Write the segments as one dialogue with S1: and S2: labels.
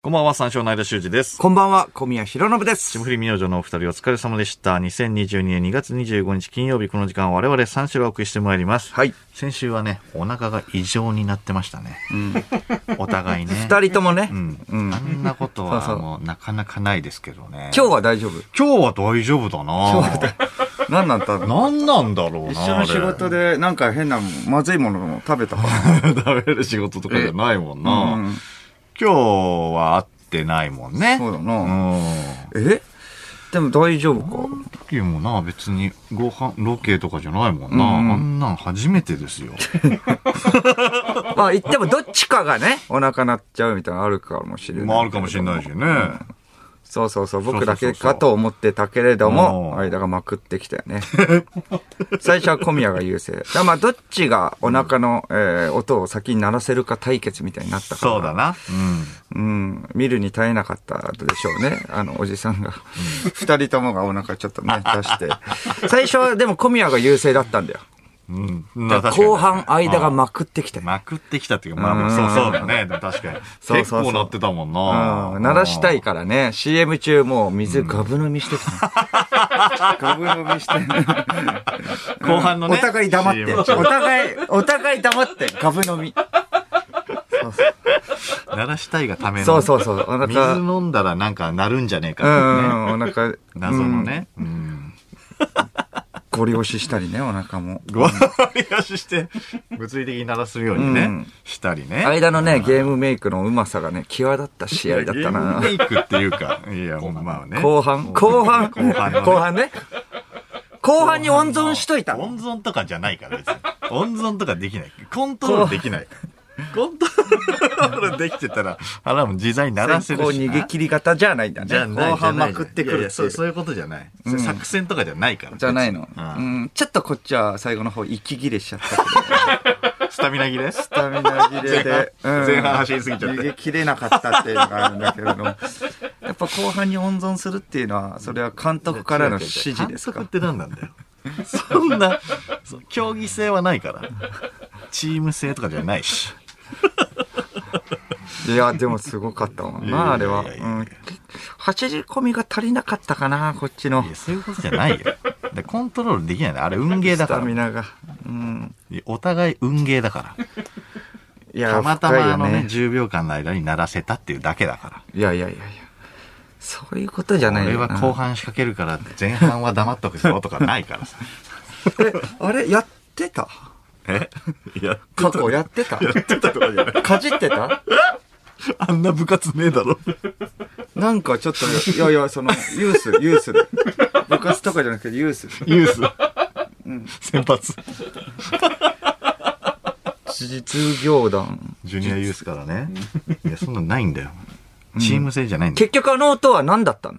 S1: こんばんは、三章の間修二です。
S2: こんばんは、小宮弘信です
S1: 霜。降り明星のお二人お疲れ様でした。2022年2月25日金曜日この時間我々三章がお送りしてまいります。
S2: はい。
S1: 先週はね、お腹が異常になってましたね。 お互いね。
S2: 二人ともね、
S1: うん。
S2: うん
S1: あんなこと
S2: そう
S1: は
S2: そう
S1: もうなかなかないですけどね。
S2: 今日は大丈夫。
S1: 今日は大丈夫だな
S2: 何なんだろう
S1: 何なんだろうな
S2: 一緒の仕事でなんか変な、まずいものを食べたから。
S1: あれ食べる仕事とかじゃないもんな、
S2: うん
S1: 今日は会ってないもんね。
S2: そうだ
S1: う
S2: な。
S1: ん。
S2: えでも大丈夫か。
S1: 時もな、別にご飯、ロケとかじゃないもんな。
S2: うん
S1: あんなん初めてです よ。
S2: まあ言ってもどっちかがね、お腹鳴っちゃうみたいなのあるかもしれない。
S1: まああるかもしれないしね。
S2: そうそうそう、
S1: そう
S2: 僕
S1: そう
S2: だ
S1: そう
S2: けかと思ってたけれど
S1: う
S2: も、
S1: ん
S2: 間がまくってきたよね。 最初は小宮が優勢。だからまあどっちがお腹の、えー音を先に鳴らせるか対決みたいになったから。
S1: そうだな。うん。
S2: うん、見るに耐えなかったでしょうね。あの、おじさんが。二、人ともがお腹ちょっとね、出して。最初はでも小宮が優勢だったんだよ。
S1: うん。
S2: だから後半、間がまくってきて。
S1: まくってきたっていうか、まあまあ、
S2: うん
S1: そうそうだね。でも確かに。
S2: そうそうそう
S1: 結構なってたもん
S2: う
S1: な。
S2: ん、鳴らしたいからね、CM 中もう水ガブ飲みしてた。ガブ飲みして。
S1: うん。後半のね。
S2: お互い黙って。お
S1: CM
S2: 互い、お互い黙って、ガブ飲み。
S1: 鳴らしたいがための。
S2: そうそうそう、お
S1: 水
S2: 腹。
S1: 飲んだらなんかなるんじゃねえか
S2: う
S1: ってね。
S2: ん、うんお腹、
S1: 謎の
S2: うん。
S1: ね。うん。
S2: ゴリ押ししたりね、お腹も。
S1: ご割り足して、物理的に鳴らすように
S2: う
S1: ね
S2: ん。
S1: したりね。
S2: 間のね、ゲームメイクのうまさがね、際立った試合だったな
S1: ゲ。ームメイクっていうか、 いや、ほんまはね。
S2: 後半後半
S1: 後半のね
S2: 後半ね。後半に温存しといた。
S1: 温存とかじゃないから、別に。温存とかできない。コントロールできない。コントロールできてたら、腹も自在にならせ
S2: 先行
S1: るし
S2: 逃
S1: な。
S2: げ切り型じゃないんだ
S1: じゃ
S2: ね。
S1: ない。
S2: 後半
S1: じゃな
S2: ま
S1: い
S2: くってく
S1: いやい
S2: る
S1: や
S2: って
S1: そ
S2: いうう。
S1: そういうことじゃない。作戦とかじゃないから。
S2: じゃないの。
S1: う
S2: うんん。ちょっとこっちは最後の方、息切れしち ゃったけど。
S1: スタミナ切れ
S2: スタミナ切れで。
S1: 前半
S2: うん
S1: 前半走りすぎちゃって
S2: 逃げ切れなかったっていうのがあるんだけれども。やっぱ後半に温存するっていうのは、それは監督からの指示です
S1: 監
S2: か
S1: 督。って何なんだよ。そんな、そう競技性はないから。チーム性とかじゃないし。
S2: いや、でもすごかったもんな、あ
S1: いや
S2: れ
S1: いや
S2: は。
S1: いうやいや
S2: ん。走り込みが足りなかったかな、こっちの
S1: いや、。そういうことじゃないよ。でコントロールできないんだよあれ、運ゲーだ
S2: ス
S1: か
S2: タ
S1: ら
S2: ミ。ナが。うん。
S1: いやお互い運ゲーだから。
S2: いや
S1: たまたまあの
S2: 深いよ
S1: ね、10秒間の間に鳴らせたっていうだけだか
S2: いやいやいやいや。そういうことじゃ
S1: ら。
S2: ない
S1: 俺
S2: よな
S1: は後半仕掛けるから、前半は黙っとくぞとかないからさ。
S2: え、あれやってた
S1: えいや、
S2: 過去やってた
S1: ってたとかじゃない。
S2: かじってた
S1: あんな部活ねえだろ。
S2: なんかちょっと、いやいや、その、ユース、ユースで。部活とかじゃなくてユース。
S1: ユース。先発。
S2: 実業団。
S1: ジュニアユースからね。いや、そんなのないんだよ。チーム性じゃないんだよ。
S2: 結局あの音は何だったの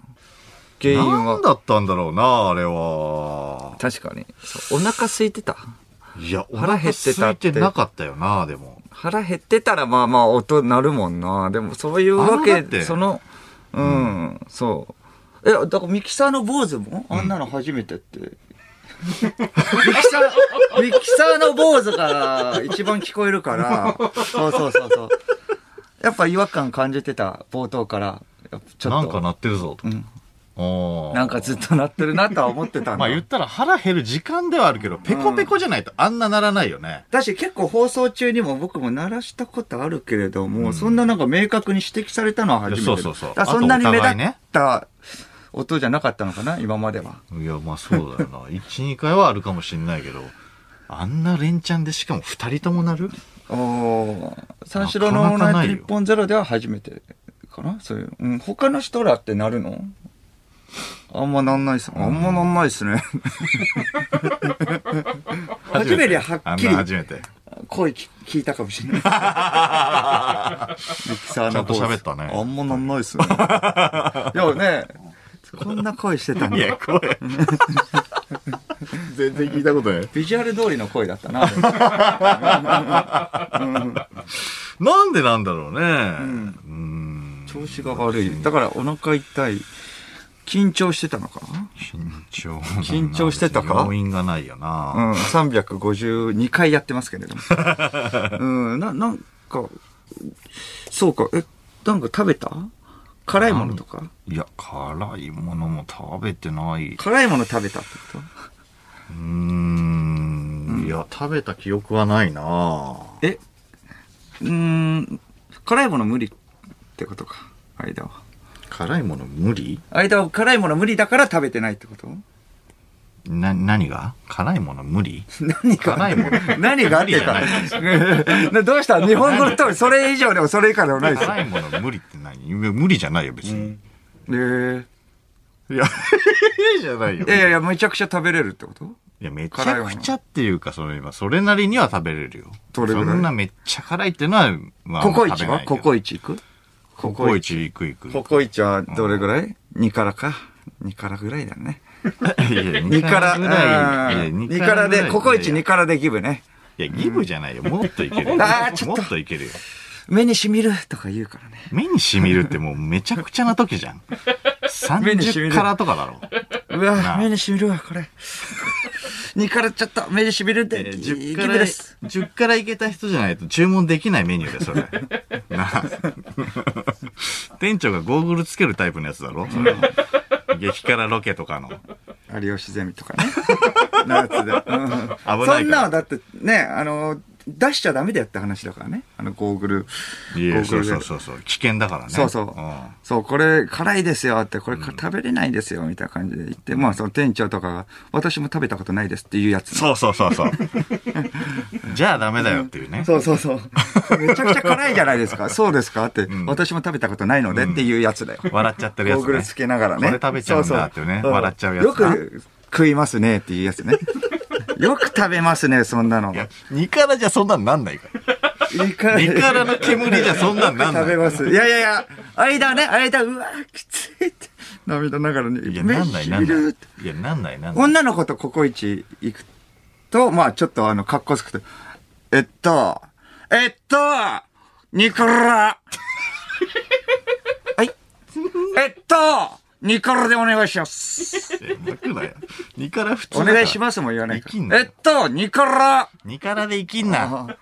S2: 原因
S1: な
S2: は
S1: ん。だったんだろうな、あれは。
S2: 確かに。そうお腹空いてた。
S1: いや、お腹
S2: 腹減
S1: 減
S2: っ
S1: ってて
S2: た
S1: た
S2: っ
S1: っててなかったよな、でも。
S2: 腹減ってたらまあまあ音鳴るもんな。でもそういうわ
S1: あのだ
S2: け
S1: って
S2: で、その、うん、そう。え、だからミキサーの坊主もあんなの初めてって。ミキサ ー、ミキサーの坊主が一番聞こえるから、そうそうそうそう。やっぱ違和感感じてた、冒頭から。やっぱちょっと。
S1: なんか鳴ってるぞ、と
S2: う
S1: か。
S2: ん
S1: おー
S2: なんかずっと鳴ってるなとは思ってたん
S1: ま
S2: だ
S1: あ。言ったら腹減る時間ではあるけど、ペコペコじゃないとあんなならないよね。
S2: だし結構放送中にも僕も鳴らしたことあるけれども、そんななんか明確に指摘されたのは初めて
S1: いやそうそうそう
S2: だからそんなに
S1: あと
S2: 目
S1: お
S2: 立
S1: 互いね
S2: った音じゃなかったのかな今までは。
S1: いや、まあそうだよな。1、2回 はあるかもしれないけど、あんな連チャンでしかも2人ともなる
S2: おー三四郎のオールナイト日本ゼロでは初めてかなそういう。うん。他の人らって鳴るのあんまなんないっす。あんまなんないっす ね。 初めてはっき
S1: あん
S2: り
S1: な初めて。
S2: 声き聞いたかもし れない。ミキサーの坊主
S1: ちゃんと喋ったね
S2: あんまなんない っすね。いやね、こんな声してたん
S1: い
S2: だ。
S1: や、声。 全然聞いたことない。
S2: ビジュアル通りの声だったな。
S1: なんでなんだろうね。うーん
S2: 調子が悪い。だからお腹痛い。緊張してたのか
S1: 緊張。
S2: 緊張してたか
S1: 要因がないよな。
S2: なうん。352回やってますけれども。うん。な、なんか、そうか。え、なんか食べた辛いものとか
S1: いや、辛いものも食べてない。
S2: 辛いもの食べたってこと
S1: うーん。いや、食べた記憶はないな
S2: えうーん辛いもの無理ってことか間は
S1: 辛いもの無理
S2: 間は辛いもの無理だから食べてないってこと
S1: な、何が辛いもの無理
S2: 何が
S1: 辛いもの
S2: 何があってかなどうした日本語の通りそれ以上でもそれ以下でもないですよ
S1: 辛いもの無理って何いや無理じゃないよ、別に。
S2: えー
S1: いや、じゃないよ。
S2: いやいやめちゃくちゃ食べれるってこと
S1: いや、めちゃくちゃっていうか、その今、それなりには食べれるよ。
S2: どれぐらい
S1: そんなめっちゃ辛いっていうのは、まあ、
S2: ココイチはココ
S1: イチ。
S2: イチ行く
S1: ココイチ行く行く。
S2: ココイチはどれぐらい ?2 からか。2からぐらいだね。
S1: いや、2
S2: 2から、
S1: ぐらい。いや
S2: 2から
S1: ぐ
S2: で、ココイチ2
S1: い
S2: からでギブね。
S1: や、いやギブじゃないよ。もっといけるよ。
S2: あーちょっ
S1: も
S2: と
S1: っといけるよ。
S2: 目に染みるとか言うからね。
S1: 目に染みるってもうめちゃくちゃな時じゃん。
S2: 目に染
S1: 30
S2: みる
S1: からとかだろ。
S2: う
S1: な
S2: わ、
S1: あ
S2: 目に染みるわ、これ。2からちょっと、目に染みるん
S1: え
S2: で、
S1: ー
S2: ギ
S1: 10
S2: ギ
S1: か
S2: ブで
S1: ら、
S2: す。
S1: 10からいけた人じゃないと注文できないメニューで、そ れ。なあ 店長がゴーグルつけるタイプのやつだろそれ激辛ロケとかの。
S2: 有吉ゼミと かね。なやつで。うん
S1: 危ないから
S2: そんなのだって、ね、あの、出しちゃダメだよって話だからね。あの、ゴーグル。
S1: いや、
S2: ゴー
S1: そ
S2: グ
S1: う
S2: ルで
S1: そうそうそう。危険だからね。
S2: そうそ
S1: ん
S2: う。そう、これ辛いですよって、これか食べれないですよ、みたいな感じで言って、まあその店長とかが、私も食べたことないですっていうやつ。
S1: そうそうそう そう。じゃあダメだよっていうね。
S2: そうそうそう。めちゃくちゃ辛いじゃないです か。そうですかって、
S1: ん
S2: 私も食べたことないのでっていうやつだよ。
S1: 笑っちゃってるやつ、
S2: ゴ
S1: ね。
S2: ーグルつけながらね。
S1: これ食べちゃうんだっていうね。笑っちゃうやつ。
S2: よく食いますねっていうやつね。 よく食べますね、そんなの。
S1: いや、2からじゃそんなんなんないから。
S2: いいから
S1: 2からの煙じゃそんなんなん
S2: 食
S1: な
S2: べ
S1: い。
S2: ます。いやいやいや、間ね、間、うわ、きついって。涙ながらに。
S1: いや、なんないなんない
S2: 飯いる。
S1: いや、なんない なんない。
S2: 女の子とココイチ行くと、まあちょっとあの、かっこつくて、えっと、えっと、ニコラ はい。えっと、ニコラでお願いします。
S1: え泣くなよ。2から普通
S2: お
S1: だから
S2: 願いしますも言わないか
S1: できんの
S2: ら。えっと、ニコラ
S1: 2からで生きんな。
S2: っ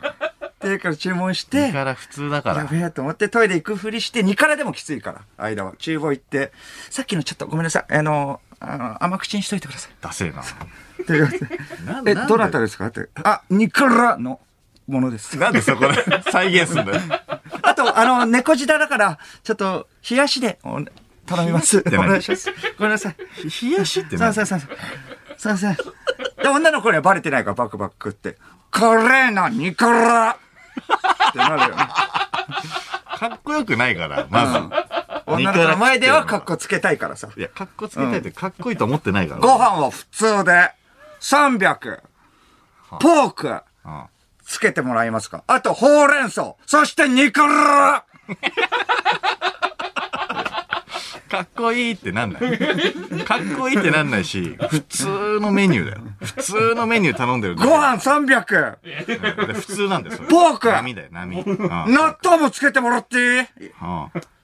S2: てから注文し
S1: 2
S2: て、
S1: から普通だか
S2: や
S1: ら。
S2: べえと思ってトイレ行くふりして、2からでもきついから、間は。厨房行って、さっきのちょっとごめんなさい、あの、あの甘口にしといてください。
S1: ダセえな。
S2: って言われて
S1: な
S2: え、
S1: ん
S2: どなた
S1: で
S2: ですかって。あ、ニコラのものです。
S1: なんでそこで再現すんだよ。
S2: あと、あの、猫舌だから、ちょっと、冷やしでお頼みます。お
S1: て何
S2: 願いします。ごめんなさい。
S1: 冷やしって
S2: すいま
S1: な。
S2: せん、すいません。すいません。で、女の子にはバレてないから、バクバク食って。これのニコラってなるよね。
S1: かっこよくないから、まず。
S2: 女の子の前では格好つけたいからさ。
S1: いや、かっこつけたいってかっこいいと思ってないから。
S2: ご飯は普通で、300、ポーク、
S1: うん
S2: つけてもらえますかあと、ほうれん草、そしてニコラ
S1: かっこいいってなんない。かっこいいってなんないし、普通のメニューだよ。普通のメニュー頼んでる
S2: ご飯300、
S1: うん普通なんだよ、それ。
S2: ポーク
S1: 波だよ、波。うんうん
S2: 納豆もつけてもらっていい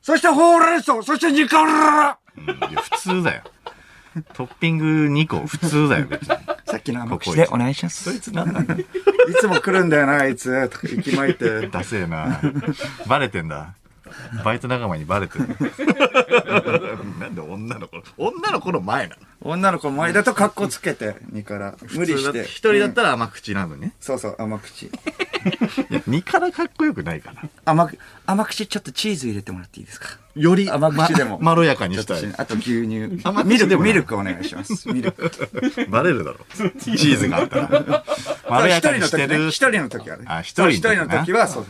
S2: そしてほうれん草、そしてニコラ
S1: うんいや普通だよ。トッピング2個、普通だよ、別に。
S2: さっきの甘
S1: 口
S2: 口
S1: で
S2: で
S1: お
S2: お願いしま
S1: そ
S2: す。
S1: い
S2: い
S1: つなんなんだよ。
S2: つも来るんだよな、あいつ。とか、息巻いて。
S1: ダセえな。バレてんだ。バイト仲間にバレてる。 なんで女の子の、女の子の前なの
S2: 女の子の前だと格好つけて、ニコラ。無理
S1: 普通だ
S2: し
S1: って
S2: て。
S1: 一人だ
S2: う
S1: っ
S2: ん
S1: たら甘口なのね。
S2: そうそう、甘口。
S1: いや、2からかっこよくないから。
S2: 甘く、甘口ちょっとチーズ入れてもらっていいですか
S1: より
S2: 甘口でも
S1: ま、まろやかに
S2: ちょ
S1: し
S2: っと
S1: たい
S2: し。あと牛乳
S1: 甘。口
S2: ミル
S1: で
S2: ク、
S1: もない
S2: ミルクお願いします。 ミルク。
S1: バレるだろ。 チーズがあった ら。まろ
S2: 一
S1: や
S2: 人
S1: かに
S2: の
S1: し
S2: 時
S1: て
S2: ね。
S1: る。
S2: 一人の時はね。
S1: あ一人の時
S2: そう
S1: な
S2: 一人の時は、そう。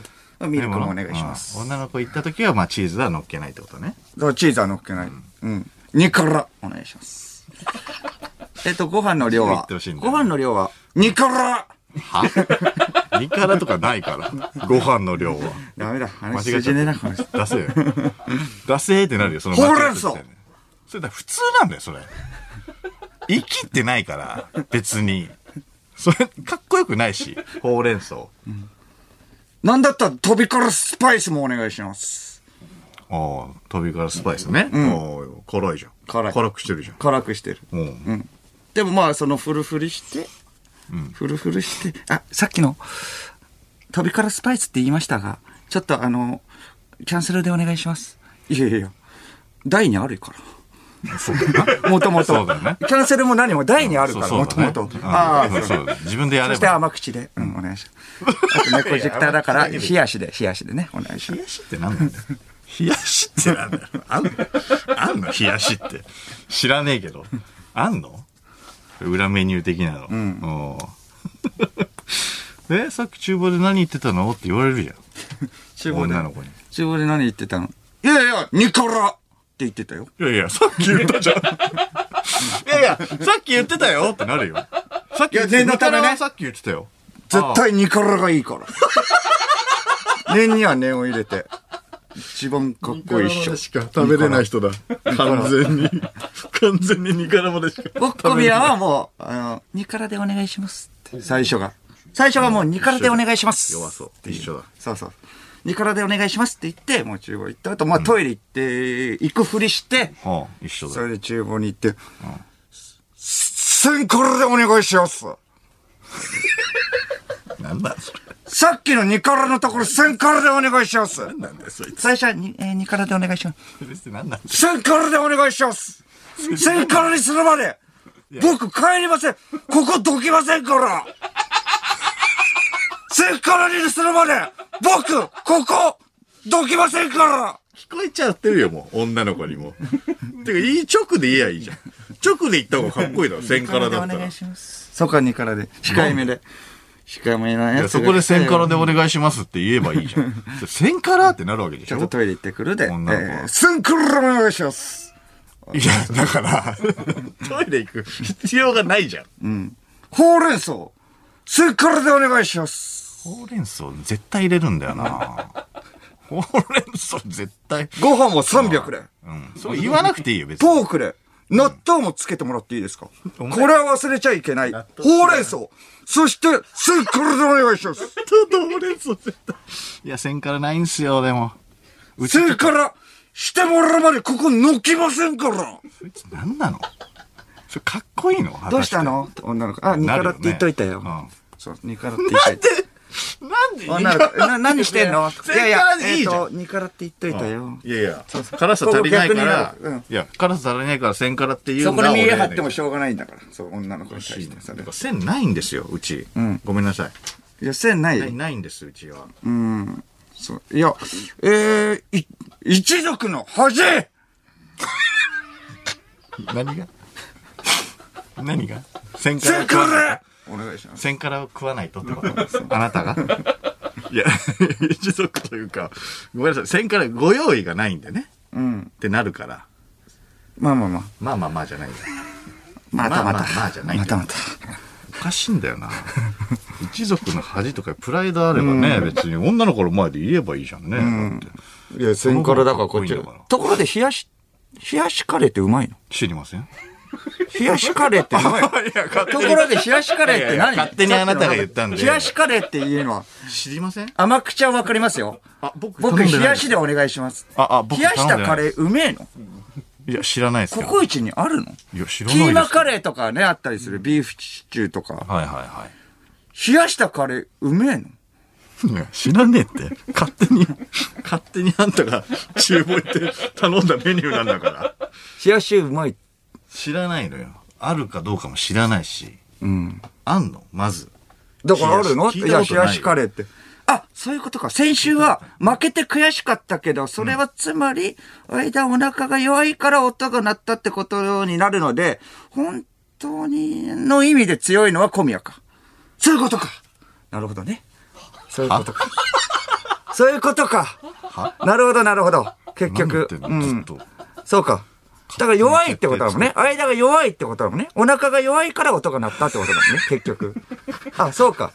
S2: ミルクもお願いします
S1: で。もうん女の子行った時は、まあ、チーズは乗っけないってことね。
S2: そう、チーズは乗っけない。うん。2からお願いします。 えっと、ご飯の量
S1: 言っ
S2: は、
S1: て
S2: ご
S1: ほしいんだ
S2: 飯の量は、2から
S1: は ?2 からとかないから。ご飯の量は。
S2: ダメだ、話
S1: 間違
S2: 通
S1: えちゃ
S2: じねえな、
S1: っ
S2: この人。
S1: た。出せよ。 出せーってなるよ、その
S2: ほうれん草
S1: 間違えた時点でそれだ、普通なんだよ、それ。生きってないから、別に。それ、かっこよくないし、ほうれん草。
S2: なんだったら、飛びからスパイスもお願いします。
S1: ああ、飛びからスパイスね。
S2: ん
S1: おー辛いじゃん。
S2: 辛い
S1: 辛くしてるじゃん。
S2: 辛くしてる。
S1: うん。
S2: でもまあ、その、フルフルして、フルフルして、あ、さっきの、飛びからスパイスって言いましたが、ちょっとあの、キャンセルでお願いします。いやいやいや、台にあるから。もとも
S1: そう
S2: と。キ
S1: だよね
S2: ャンセルも何も台にある
S1: そ
S2: か
S1: う
S2: ら、
S1: そう
S2: も
S1: だ
S2: と
S1: ね
S2: もと
S1: う。ん
S2: ああ、
S1: そうだ自分でや
S2: そ
S1: れ
S2: して
S1: ば。
S2: 甘口で。うん、お願いします。あと猫ジェクターだ から、冷やしで、冷やしでね、お願いしま
S1: 冷や
S2: す。
S1: しって何なんだよ。 冷やしってなんだよ。あんのあんの冷やしって。知らねえけど。あんの裏メニュー的なの。おう え、さっき厨房で何言ってたのって言われるじゃ
S2: 厨
S1: ん。
S2: 房で
S1: 女、の子に。
S2: 厨房で何言ってたのいやいや、ニコラって言ってたよ。
S1: いやいや、さっき言ったじゃん。い やいや、さっき言ってたよってなるよ。さっき言って
S2: いや念のため
S1: ぬかる
S2: ね
S1: はさっき言ってたよ。
S2: 絶対ニコラがいい から。念には念を入れて。一番かっこいいっしょ。
S1: しか食べれない人だ。完全に。完全にニカラまでしか。
S2: 僕小宮はもう、あの、ニカラでお願いしますって。最初が。最初がもうニカラでお願いします。
S1: 弱そう。一緒だ。
S2: そうそう。ニカラでお願いしますって言って、もう厨房行った後、まあトイレ行って、行くふりして、
S1: はあ、一緒
S2: そ
S1: だ。
S2: れで厨房に行って、せんこれでお願いします。
S1: なんだそれ。
S2: さっきのニカラのところ、せんこれでお願いします。
S1: なんだよそいつ。
S2: 最初はに、えーニカラでお願いします。
S1: 別になんなんだよ
S2: せんこれでお願いします。せんこれにするまで、僕帰りません。ここどきませんから。せんこれにするまで、僕、ここ、どきませんから。
S1: 聞こえちゃってるよ、もう。女の子に も。てか、いい、直で言えやいいじゃん。直で言った方がかっこいいだろ、線からだったら。い
S2: そこは2からで。控えめで。控えめなやつが来て。
S1: や、そこで線からでお願いしますって言えばいいじゃん。それ 線からってなるわけでし
S2: ちょ
S1: ょ
S2: っとトイレ行ってくるで。
S1: 女の子は
S2: えー線からお願いします。
S1: いや、だから、 トイレ行く必要がないじゃん。
S2: ほうれん草。線からでお願いします。
S1: ほうれん草絶対入れるんだよな。ほうれん草絶対。
S2: ご飯も300で。
S1: うん。そう言わなくていいよ、別に。
S2: ポークで。納豆もつけてもらっていいですか、
S1: お前
S2: これは忘れちゃいけない。ほうれん草。そして、線からでお願いします。
S1: ほうれん草絶対。いや、線からないんすよ、でも。うち、
S2: 線からしてもらうまでここ抜きませんから。
S1: うち何なのそれかっこいいの
S2: どうしたの女の子。あ、ニカラって言っといた
S1: な
S2: よ。
S1: るよね
S2: そう、ニカラって言っといたよ。
S1: なんで
S2: 女の子、な、何してんの
S1: いやいや線からでいいじゃん
S2: えっとニカラって言っといたよ。
S1: いやいや、辛さ足りないから
S2: ここ逆になるうん、
S1: いや、辛さ足りないから線からって言う
S2: そ
S1: ん
S2: こ
S1: だ
S2: で見え張っても
S1: 俺
S2: しょうがないんだから。そう、女の子に対してそれ
S1: なんか線ないんですよ、うち。ごめんなさい。
S2: いや、線ない
S1: ないないんです、うちは。
S2: うん。そう。いや、えー、い一族の恥
S1: 何が 何が線から
S2: 線からでお願いします。
S1: 線からを食わないとってことあなたが いや、一族というか、ごめんなさい、線からご用意がないんでね。
S2: うん。
S1: ってなるから、
S2: まあまあまあ。
S1: まあまあまあじゃないんだよ
S2: またま
S1: まあまあまあじ
S2: た
S1: ゃ。ない
S2: またまた。
S1: おかしいんだよな。 一族の恥とかプライドあればね、別に女の子の前で言えばいいじゃんね。だって
S2: いや、
S1: 線からだからこっち
S2: ところで、冷やし、冷やしカレーってうまいの
S1: 知りません
S2: 冷やしカレーってうまいのところで、冷やしカレーって
S1: いやいや
S2: 何
S1: 勝手にあなたが言ったんで
S2: 冷やしカレーっていうのは、
S1: 知りません
S2: 甘口はわかりますよ。
S1: あ、僕
S2: 僕、冷やしでお願いします。
S1: ああ僕
S2: 冷やしたカレ
S1: 頼ん
S2: ーうめえの
S1: いや、知らないです
S2: コ
S1: けど。
S2: コイチにあるの
S1: いや、知らな
S2: キ
S1: いです
S2: ーマカレーとかね、あったりする。ビーフシチューとか。
S1: はいはいはい。
S2: 冷やしたカレーうめえの
S1: いや知らねえって。勝手に、勝手にあんたが厨房行って頼んだメニューなんだから。
S2: 冷やしうまい。
S1: 知らないのよ。あるかどうかも知らないし。
S2: うん。
S1: あんのまず。
S2: だからあるの
S1: 冷
S2: い
S1: やし聞いた
S2: や、
S1: こと
S2: 冷
S1: ない
S2: やしカレーって。あ、そういうことか。先週は負けて悔しかったけど、それはつまり、間お腹が弱いから音が鳴ったってことになるので、本当にの意味で強いのは小宮か。そういうことか。なるほどね。そういうことか。そういうことか。なるほど、なるほど。結局。
S1: 何言って
S2: うん
S1: のずっ
S2: ん
S1: と。
S2: そうか。だから弱いってことだもんね。間が弱いってことだもんね。お腹が弱いから音が鳴ったってことだもんね、結 局。あ、そうか。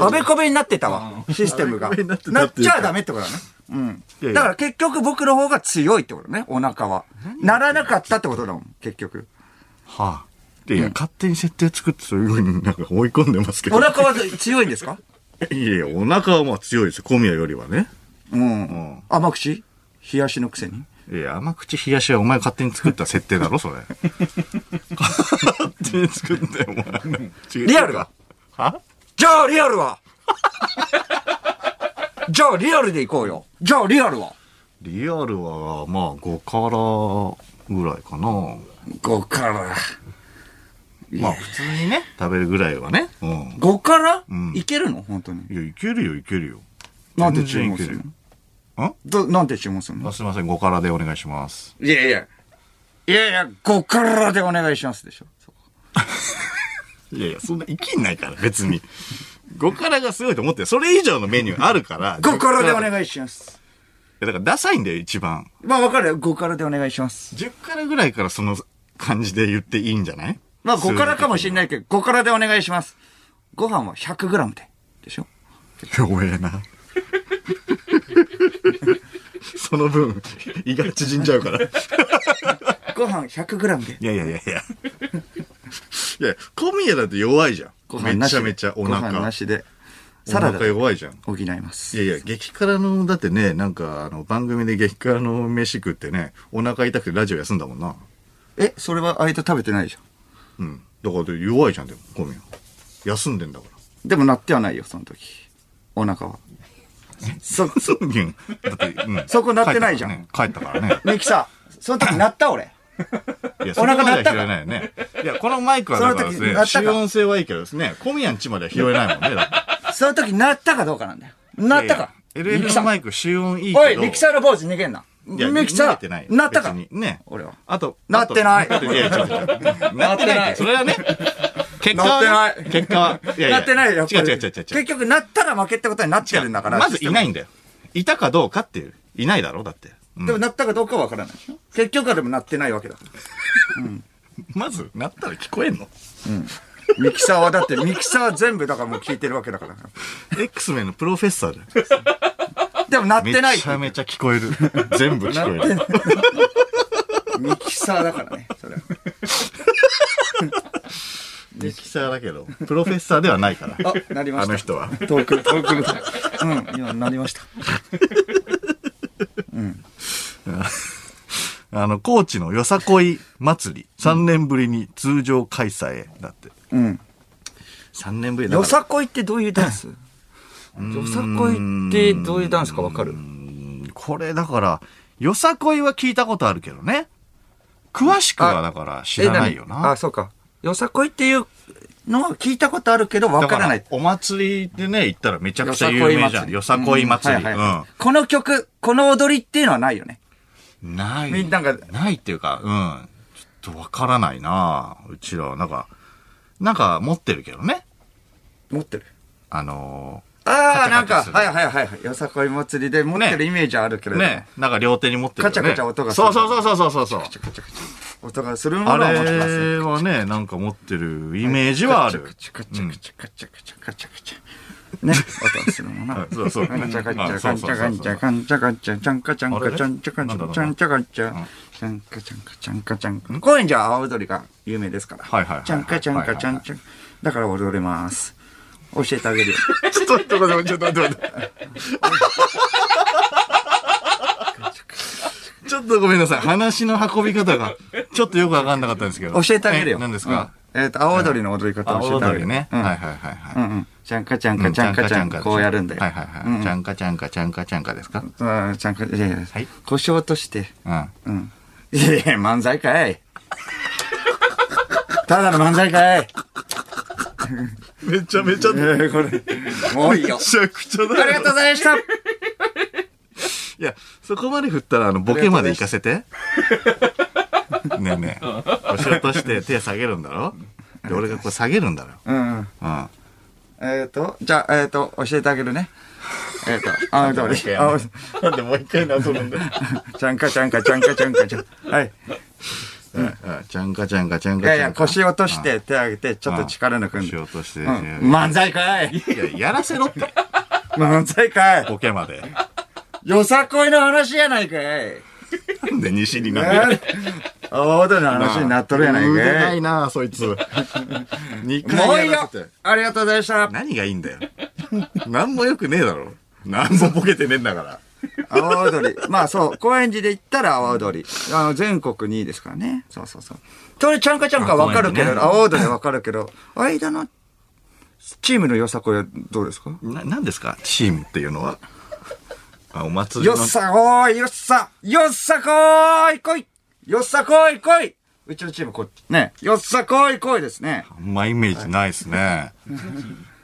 S2: あべこべになってたわ、システムが
S1: あべこべになって。たっ
S2: なって
S1: いう
S2: ち
S1: か
S2: ゃダメってことだね。
S1: いうや
S2: ん。
S1: いや
S2: だから結局僕の方が強いってことね、お腹は。鳴らなかったってことだもん、結局。
S1: はあ。いや、勝手に設定作ってそういう風になんか追い込んでますけど。
S2: お腹は強いんですか
S1: いやいや、お腹はまあ強いですよ。小宮よりはね。
S2: うんん。甘口冷やしのくせに。
S1: いや、甘口冷やしはお前勝手に作った設定だろ、 それ。勝手に作ったよ、お前。違う
S2: リアルが
S1: は
S2: じゃあ リアルはじゃあリアルでいこうよ。じゃあリアルは
S1: リアルは、まあ、5からぐらいかな。
S2: 5から。
S1: まあ、普通にね、食べるぐらいはね。うん。
S2: 5から、
S1: うん
S2: いけるの本当に。
S1: いや、いけるよ、いけるよ。
S2: なんで
S1: 全
S2: 注
S1: 然
S2: 文
S1: い
S2: す
S1: ける
S2: る
S1: よ
S2: の
S1: ん
S2: どなんで注文するの
S1: あすいません、5からでお願いします。
S2: いやいや。いやいや、5からでお願いしますでしょ。そこ
S1: いやいや、そんな、いきんないから、別に。5からがすごいと思ってるそれ以上のメニューある から。
S2: 5からでお
S1: い。
S2: 願いします。
S1: や、だから、ダサいんだよ、一番。
S2: まあわかるよ。5からでお願いします。
S1: 10からぐらいからその感じで言っていいんじゃない
S2: まあ5からかもし
S1: れ
S2: んないけど、5からでお願いします。ご飯は 100g で。でしょ
S1: ない。弱えな。 その分、胃が縮んじゃうから。
S2: ご飯 100g で。
S1: いやいやいやいや。いや、小宮だって弱いじゃ
S2: ご
S1: ん。
S2: 飯
S1: め
S2: なし
S1: ち
S2: で。
S1: ゃめちゃお
S2: ご飯な
S1: 腹。
S2: しで。
S1: お
S2: サラダ
S1: 腹
S2: で
S1: 弱いじゃん。
S2: 補いま
S1: い
S2: す。
S1: やいや、激辛の、だってね、なんか、あの、番組で激辛の飯食ってね、お腹痛くてラジオ休んだもんな。
S2: え、それは間食べてないじゃん。
S1: うん。だから弱いじゃん、でも、小宮。休んでんだから。
S2: でもなってはないよ、その時。お腹は。
S1: そ、そ、うん。だって、うん。
S2: そこ鳴ってないじゃん
S1: 帰ったからね。帰ったからね
S2: ミキさん、その時なった俺。
S1: いや、そ
S2: お
S1: こまで
S2: 腹鳴
S1: は
S2: った
S1: 拾えないよね。いや、このマイクは
S2: その
S1: だから
S2: 時鳴
S1: ね、
S2: ったか
S1: 集音性はいいけどですね、小宮んちまでは拾えないもんね、だっ。
S2: その時なったかどうかなんだよ。なってたか。
S1: いやいや LF のマイク集音いいけど。
S2: おい、ミキサーの坊主逃げんな。
S1: いや
S2: ミキサ
S1: 逃げてない
S2: ー、なったか
S1: 別にね。
S2: 俺は。
S1: あと、
S2: なってない
S1: あとやや違う違うなってない。それはね、結果
S2: な
S1: は
S2: っ
S1: ね、
S2: てない
S1: 結果は。やや
S2: なってないよ。
S1: 違う違う違う違う。
S2: 結局、なったら負けってことになっちゃうんだから。。
S1: まずいないいんだよ。いたかどうかっていう。いないだろだって。うん
S2: でも、なったかどうかはわからないでしょ。結局はでもなってないわけだ。
S1: まず、なったら聞こえんの
S2: ミキサーはだって、ミキサー全部だからもう聞いてるわけだから。
S1: ?X メンのプロフェッサーだよ。
S2: でも、なってない
S1: め。ちゃめちゃ聞こえる。全部聞こえる。
S2: ミキサーだからね、それは。
S1: ミキサーだけど、プロフェッサーではないから。
S2: あ、なりまし
S1: あ
S2: た。
S1: の人は。
S2: トーク、トークの。うん、今、なりました。
S1: あの、高知のよさこい祭り、3年ぶりに通常開催へ。だって。
S2: うん。
S1: 3年ぶりだから
S2: よさこいってどういうダ ンスよさこいってどういうダンスかわかる
S1: これだから、よさこいは聞いたことあるけどね。詳しくはだから知らないよ
S2: え何
S1: な
S2: あ、。そうか。よさこいっていうのは聞いたことあるけど、わ
S1: だ
S2: からない。
S1: お祭りでね、行ったらめちゃくちゃ有名じゃん。よさこい祭り。
S2: う
S1: う
S2: んはいは
S1: ん
S2: い。この曲、この踊りっていうのはないよね。
S1: ない。
S2: みんなが
S1: ないっていうか、うん。ちょっとわからないなうちらは、なんか、なんか持ってるけどね。
S2: 持ってる。
S1: あの
S2: ああ、なん
S1: カチャカチャする
S2: か、はいはいはいはい。よさこい祭りで持ってる
S1: ね
S2: イメージはあるけれ
S1: ー、
S2: ど。
S1: ね、なんか両手に持ってるよね。
S2: カチャカチャ音がす
S1: そ
S2: る
S1: うそうそうそうそうそう。
S2: 音がするもの
S1: あ
S2: は持ってますね。
S1: れはね、なんか持ってるイメージはある
S2: カ。チャカチャカチャカチャカチャカチャカチャカチャ。ね、音がするものは。
S1: そうそう。
S2: ガンチャガンチ
S1: あ
S2: ャ
S1: そ
S2: ガ
S1: う
S2: ンチ
S1: そうそう
S2: ャガンチャガンチャガンチャチャンカチャン
S1: あれ
S2: カチャンチャガンチ
S1: なんだろうな
S2: ャチャンチャガンチャチャンカチャンカチャンカチャンカ高円寺は阿波踊りが有名ですから
S1: はいはいはいはい
S2: チャンカチャンカチャンチャンだから踊れます教えてあげるよ
S1: ちょっと待って、ごめんちょっと待って、待って。ちょっとごめんなさい。話の運び方が、ちょっとよくわかんなかったんですけど。
S2: 教えてあげるよ
S1: え何ですか
S2: うんえっと阿波踊りの踊り方
S1: あ、
S2: 教えて
S1: 踊
S2: あげる
S1: りね。
S2: う
S1: はい
S2: ん
S1: はいはい
S2: うん
S1: は
S2: うんチャンカチャン
S1: い。
S2: カチャンカチャンカこうやるんだよ
S1: はいはいはい。ちゃんかちゃんかちゃんかちゃんかですかうん。
S2: うんチャンカいやいや
S1: はい
S2: 故障として
S1: あ
S2: うんいやいや漫才かい ただの漫才かい
S1: めちゃめちゃ、
S2: え
S1: め
S2: ーこれもういいよ
S1: ちゃくちゃ
S2: ありがとうございました
S1: いや、そこまで振ったら、あの、ボケまで行かせて。ねえねえ。腰落として手下げるんだろで、俺がこう下げるんだろ
S2: うんうん。
S1: うん。
S2: えっ、ー、と、じゃあ、えっ、ー、と、教えてあげる ね。えっ、ー、と、あの通り。あ
S1: なんでもう一回謎なんだよ。
S2: ちゃんかちゃんかちゃんかちゃんかちゃん。 はい。
S1: ちゃんかちゃんかちゃんかちゃん
S2: い
S1: か。
S2: やいや、腰落として手上げて、ちょっと力抜くん
S1: 腰
S2: で。
S1: 落として。い
S2: うん、漫才かい
S1: や、やらせろって。
S2: 漫才かい
S1: ボケまで。
S2: よさこいの話やないかい
S1: なんで西に
S2: え
S1: なんだよ
S2: ー大戸の話になっとるやない
S1: 腕な
S2: かい
S1: いな、そいつ。二
S2: もうい
S1: 回
S2: い
S1: やら
S2: よ
S1: せて。
S2: ありがとうございました
S1: 何がいいんだよ。なんもよくねえだろ。なんもボケてねえんだから。
S2: 阿波踊り。まあそう、高円寺で行ったら阿波踊り。あの、全国2位ですからね。そうそうそう。それちゃんかちゃんかわかるけど、
S1: あ
S2: 阿波踊りわかるけど、間のチームの良さこいはどうですか
S1: な、何ですかチームっていうのは。あ、お祭り
S2: よ
S1: の
S2: っ。さこーいよっさよっさこーい来いよっさこーい来いうちのチームこう、ね、よっさこーい来いですね。
S1: あんまイメージないですね。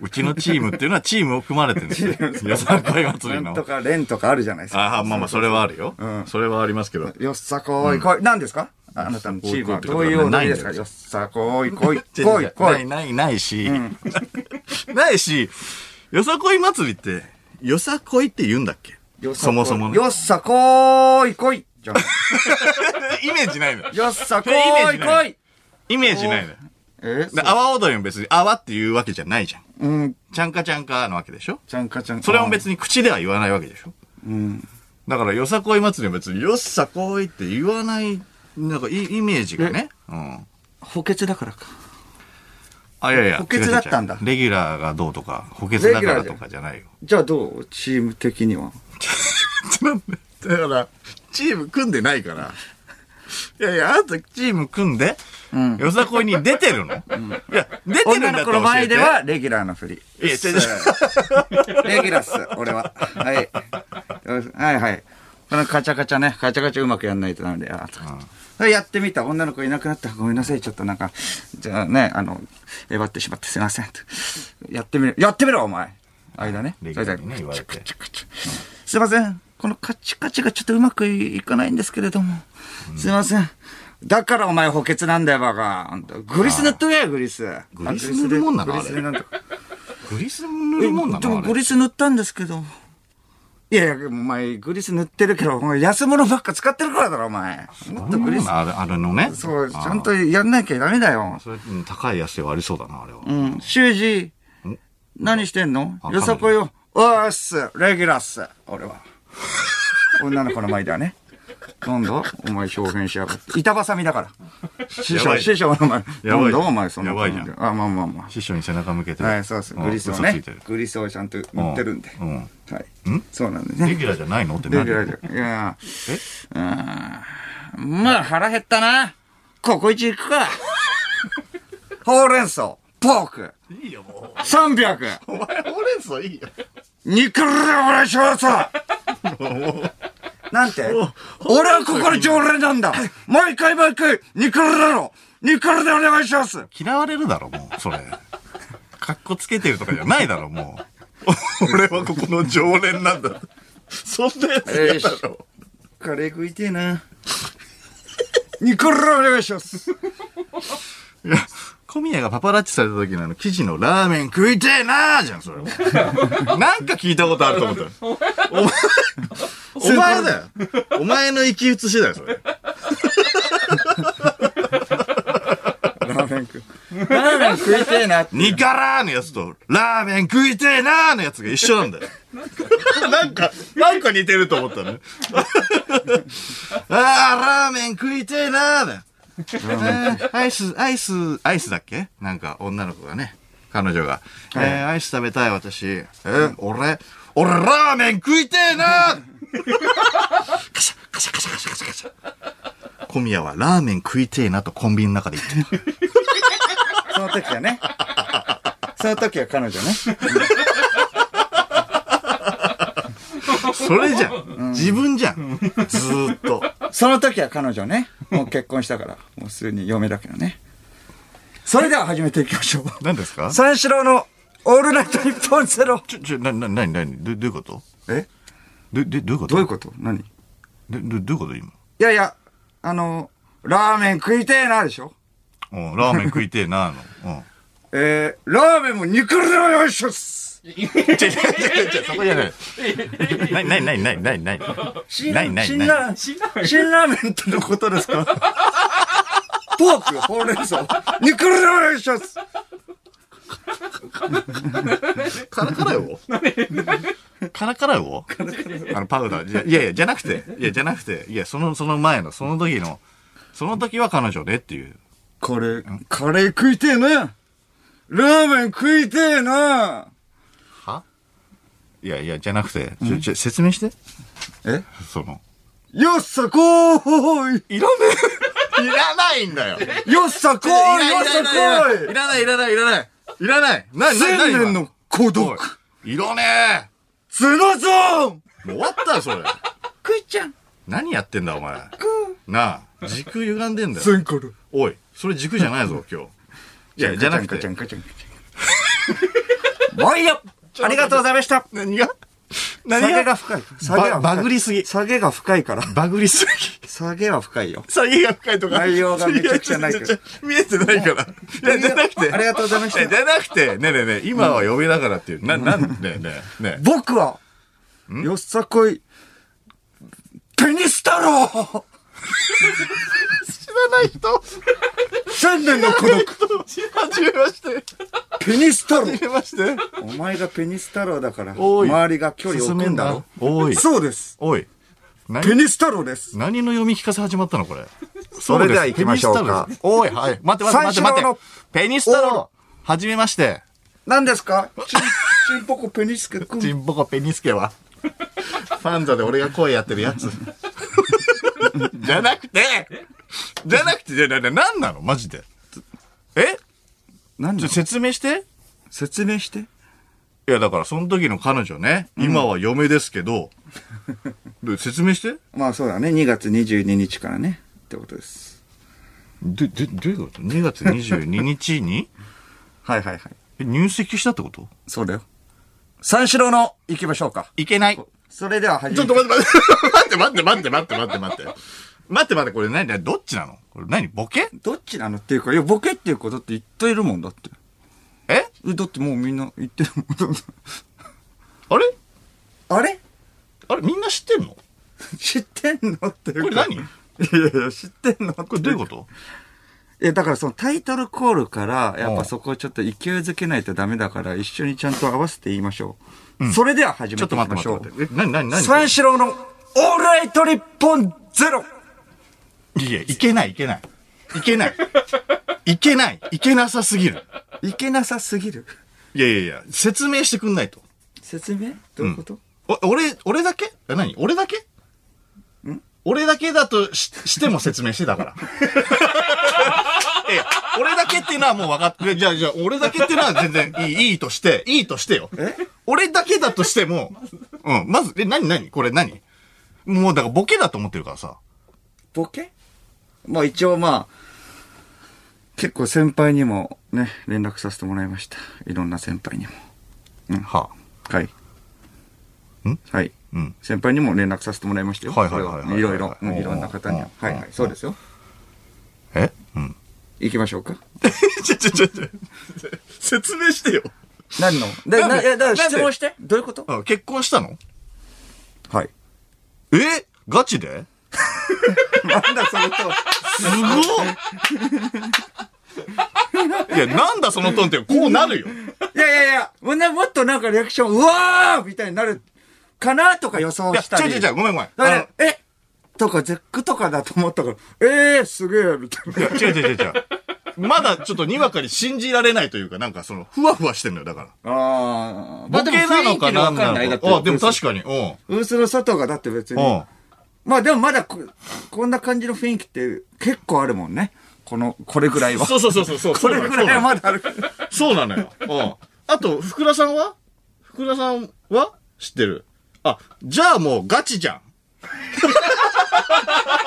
S1: うちのチームっていうのはチームを組まれてるんです よ。よさこい祭り
S2: な
S1: の
S2: んと。か連とかあるじゃないですか。
S1: ああ、まあまあ、それはあるよ。それはありますけど。
S2: よっさこーい来い。何ですかあなたのチームはどういう踊りですか
S1: ないんだよ
S2: よっさこーい来い
S1: 違う
S2: 来
S1: 違ない、
S2: いう来い。
S1: ない、ないし。 ないし、よさこい祭りって、よさこいって言うんだっけ
S2: よっ
S1: そ
S2: さこーい
S1: もそもね。
S2: よっさこーい来いじゃあ
S1: イメージないのよ。
S2: よっさこ
S1: イメー
S2: ー
S1: ジ
S2: い
S1: な
S2: 来
S1: い
S2: い
S1: イメージないのよ。
S2: え
S1: で、阿波踊りも別に、阿波っていうわけじゃないじゃん。
S2: うん、
S1: ちゃんかちゃんかなわけでしょ
S2: ちゃんかちゃんか。
S1: それも別に口では言わないわけでしょ
S2: うん。
S1: だから、よさこい祭りは別に、よっさこいって言わない、なんかイ、イメージがね。うん。
S2: 補欠だからか。
S1: あ、いやいや。
S2: 補欠だったん
S1: 違
S2: だ
S1: う違うレギュラーがどうとか、補欠だからとかじゃないよ。
S2: じゃあどうチーム的には。
S1: だから、チーム組んでない から。いやいや、あなたチーム組んで、
S2: ん
S1: よさこいに出てるの、いや、出てるんだ
S2: 女
S1: ったら
S2: の
S1: 教
S2: 子の
S1: え
S2: 前
S1: て
S2: で、はレギュラーのふり。
S1: いや、違う違う
S2: レギュラーっす、俺は。はい。はいはい。このカチャカチャね、カチャカチャうまくやんないとダメだよ。それやってみた。女の子いなくなった。ごめんなさい。ちょっとなんか、じゃあね、あの、えばってしまってすいません。とやってみる。やってみろ、お前。間ね。
S1: レギュラーにね
S2: そ
S1: 言
S2: れで
S1: われて
S2: カチャカチャカチャすいません。このカチカチがちょっとうまくいかないんですけれども。すいません。だからお前補欠なんだよ、バカ。ほんとグリス塗っとけよ、グリス。
S1: グリス塗るもんなの
S2: グリスでんとか
S1: グリス塗るもんな
S2: でも
S1: の
S2: グリス塗ったんですけど。いやいや、お前、グリス塗ってるけど、お前、安物ばっか使ってるからだろ、お前。もっとグリス、
S1: あれあれのね。
S2: そう、ち
S1: あ
S2: ゃんとやんなきゃダメだよ。
S1: それ、うん高い安いはありそうだな、あれは。
S2: うん。修二、何してんの
S1: あ
S2: よさこいよ。おーっす、レギュラーっす、俺は。 女の子の前ではね。なんだお前表現しやがって。板挟みだから。師
S1: やば
S2: 匠、
S1: い
S2: 師匠の前。
S1: やば
S2: ないんだお前、そんな
S1: やばいじゃん
S2: ことあ、まあまあまあ。
S1: 師匠に背中向けてる。
S2: はい、そうです。
S1: ん
S2: グリスを
S1: 嘘つ
S2: ね
S1: いてる。
S2: グリスをちゃんと塗ってるんで。
S1: うんうん
S2: はい。そうなんですね
S1: レ。ギュラーじゃないのって
S2: レ
S1: 何
S2: ギュラーじゃ、いやうーん。まあ腹減ったな。ココイチ行く か。ほうれん草、ポーク、
S1: いいよ、も
S2: 300、
S1: う。お前、ほうれん草いいよ。
S2: 肉でお願いしますなんて俺はここに常連なんだ毎回毎回、肉でろ肉でお願いします
S1: 嫌われるだろ、もう、それ。 かっこつけてるとかじゃないだろ、も う。俺はここの常連なんだ。そんなやつ嫌だろ。
S2: カレー食いてえな。肉でお願いします
S1: いや、小宮がパパラッチされた時のあの、記事のラーメン食いてえなーじゃん、それも。なんか聞いたことあると思ったよ。お前、お前だよ。お前の生き写しだよ、それ。
S2: ラーメン食う。ラーメン食いてえなって。
S1: ニカラーのやつと、ラーメン食いてえなーのやつが一緒なんだよ。 なんか、なんか似てると思った ね。あー、ラーメン食いてえなーだよ。えーアイス、アイス、アイスだっけなんか女の子がね、彼女が。えーアイス食べたい私。えー俺、俺ラーメン食いてえなカシャ、カシャカシャカシャカシャカシャ。小宮はラーメン食いてえなとコンビニの中で言ってる。
S2: その時はね。その時は彼女ね。
S1: それじゃん。自分じゃん。ずーっと。
S2: その時は彼女ね。もう結婚したから。もうすでに嫁だけどね。それでは始めていきましょう。
S1: 何ですか
S2: 三四郎のオールナイト日本ゼロ。
S1: ちょ、ちょ、な、な、なになにどどういうこと
S2: え
S1: ど、ど、どういうこと
S2: どういうこと何い
S1: ど、ど、どういうこと今。
S2: やいや、あの、ラーメン食いてえなでしょ
S1: うん、ラーメン食いてえな、の。うん。
S2: えー、ラーメンも肉でお願いします
S1: ちょ、ちょ、ちょ、ちょ、そこじゃない。ない、ない、ない、ない、ない、ない。ない、ない、
S2: 辛
S1: ない。
S2: ラーメン、辛ラーメンってのことですかポーク、ほうれん草、肉でお願いします
S1: カラカラよ。カラカラよ。あの、パウダー。じゃいやいや、じゃなくて。いや、じゃなくて。いや、その、その前の、その時の、その時は彼女でっていう。
S2: カレー、カレー食いてえなラーメン食いてえな
S1: はいやいや、じゃなくて。ちょ、ちょ、説明して。
S2: え
S1: その。
S2: よっさこーい
S1: いらねえ。いらないんだよ。
S2: よっさこーいよっさこー
S1: い
S2: い
S1: らないいらないいらないいらないな、な、な、
S2: 千
S1: な、
S2: 年の孤
S1: お
S2: 独
S1: いいらね
S2: ツナゾーン
S1: えう終わったよ、それ。
S2: くいちゃん、
S1: 何やってんだ、お前。
S2: くー。
S1: なあ、軸歪んでんだよ。
S2: 全コル。
S1: おい、それ軸じゃないぞ、今日。いや、じゃなく
S2: ちゃ
S1: て
S2: ん。かちゃんかちゃん。もういいよありがとうございました
S1: 何が
S2: 下
S1: 何
S2: げが
S1: が
S2: 深い。下げ
S1: バ
S2: は深
S1: バ
S2: い
S1: グりすぎ。
S2: 下げが深いから。
S1: バグりすぎ。
S2: 下げは深いよ。
S1: 詐欺が深いとか。
S2: 内容がめちゃくちゃないから
S1: や。見えてないから。いや、じゃなくて。
S2: ありがとうございました
S1: やじゃなくて、ねえねえねえ、今は嫁だからっていう。な、なんで、ねえねえ。
S2: 僕は、よさこい、テニス太郎
S1: 知らない人
S2: 千年の孤独
S1: 初めまして。
S2: ペニス太郎
S1: 初めまして。
S2: お前がペニス太郎だ から、
S1: おい
S2: 周りが距離を置くんだろ
S1: 進めんなおい
S2: そうです。
S1: おい。何
S2: ペニス太郎です。
S1: 何の読み聞かせ始まったのこれ。
S2: それでは行きましょうか
S1: ペニスタローですおい、はい。待って待って
S2: 三
S1: 待って
S2: 四郎の
S1: 待って。ペニスタロー。はじめまして。
S2: 何ですかチン、チンポコペニスケくん。
S1: チンポコペニスケは。ファンザで俺が声やってるやつ。 じゃなくてじゃなくて、じゃな、な、なんなのマジで。え
S2: 何
S1: ちょ説明して
S2: 説明して。
S1: いや、だから、その時の彼女ね、今は嫁ですけ ど、で説明して
S2: まあそうだね。2月22日からね。ってことです。
S1: で、で、どういうこと ?2 月22日に
S2: はいはいはい。
S1: え入籍したってこと
S2: そうだよ。三四郎の行きましょうか。
S1: いけない。
S2: それでは始
S1: ちょ
S2: め
S1: ってと。待って待って、待って待って待って待って待って待って。待って待って、これ何何どっちなのこれ何ボケ
S2: どっちなのっていうか、いや、ボケっていうことって言ってるもんだって。
S1: え
S2: えだってもうみんな言ってるもん。
S1: あれ
S2: あれ
S1: あれみんな知ってんの
S2: 知ってんのっていうか。
S1: これ何
S2: いやいや、知ってんのこ
S1: これどういうこと
S2: いや、だからそのタイトルコールから、やっ
S1: う
S2: ぱ
S1: ん
S2: そこをちょっと勢いづけないとダメだから、一緒にちゃんと合わせて言いましょう。それでは始
S1: ちょ
S2: め
S1: ってと
S2: い
S1: 待っ
S2: きま
S1: て
S2: しょ
S1: 待
S2: う
S1: って。待って。え、何何何
S2: 三四郎のオールライト日本ゼロ
S1: いや、いけないいけない。いけない。いけない。いけなさすぎる。
S2: いけなさすぎる。
S1: いやいやいや、説明してくんないと。
S2: 説明どういうこと、
S1: お俺、俺だけえ何俺だけ俺だけだとししても説明してた から。いや、俺だけっていうのはもう分かって、じゃあ、じゃあ、俺だけっていうのは全然いい、いいとして、いいとしてよ。俺だけだとしても、うん、まず、え、何何これ何もうだからボケだと思ってるからさ。
S2: ボケまあ一応まあ、結構先輩にもね、連絡させてもらいました。いろんな先輩にも。
S1: は
S2: はい。
S1: ん
S2: はい。
S1: うん。
S2: 先輩にも連絡させてもらいましたよ。
S1: はいはいはいはい
S2: それいろいろ、
S1: う
S2: うんんいろんな方には。
S1: うん
S2: はいはい、そうですよ。
S1: えうん。
S2: 行きましょうか。
S1: ちょ、ちょ、ちょ、ちょ、説明してよ。
S2: 何ので、
S1: なんで
S2: な、いや、だから質
S1: なん
S2: 問
S1: で
S2: して。どういうこと
S1: あ結婚したの
S2: はい。
S1: えガチで
S2: なんだそのと。
S1: すごっ いや、なんだそのトーンって、こうなるよ。
S2: いやいやいや、もうなもっとなんかリアクション、うわーみたいになるかなとか予想
S1: いや、
S2: した
S1: ちょ
S2: り。
S1: いちょいちょい、ごめんごめん。
S2: だ
S1: あ
S2: からえとか、ゼックとかだと思ったから、えー、すげえ、みたいな。
S1: の、いや違う違う違う違う。まだちょっとにわかに信じられないというか、なんかその、ふわふわしてんのよ、だから。
S2: ああ、
S1: ボケなのかなんなのか。あ、でも確
S2: か
S1: かに。うん。
S2: に。ウースの外がだって別に。
S1: うん。
S2: まあでもまだこ、こんな感じの雰囲気って結構あるもんね。この、これぐらいは。
S1: そうそうそうそうそう。
S2: これぐらいはまだある。
S1: そうなのよ。うん。あと、福田さんは福田さんは知ってる。あ、じゃあもうガチじ ゃん。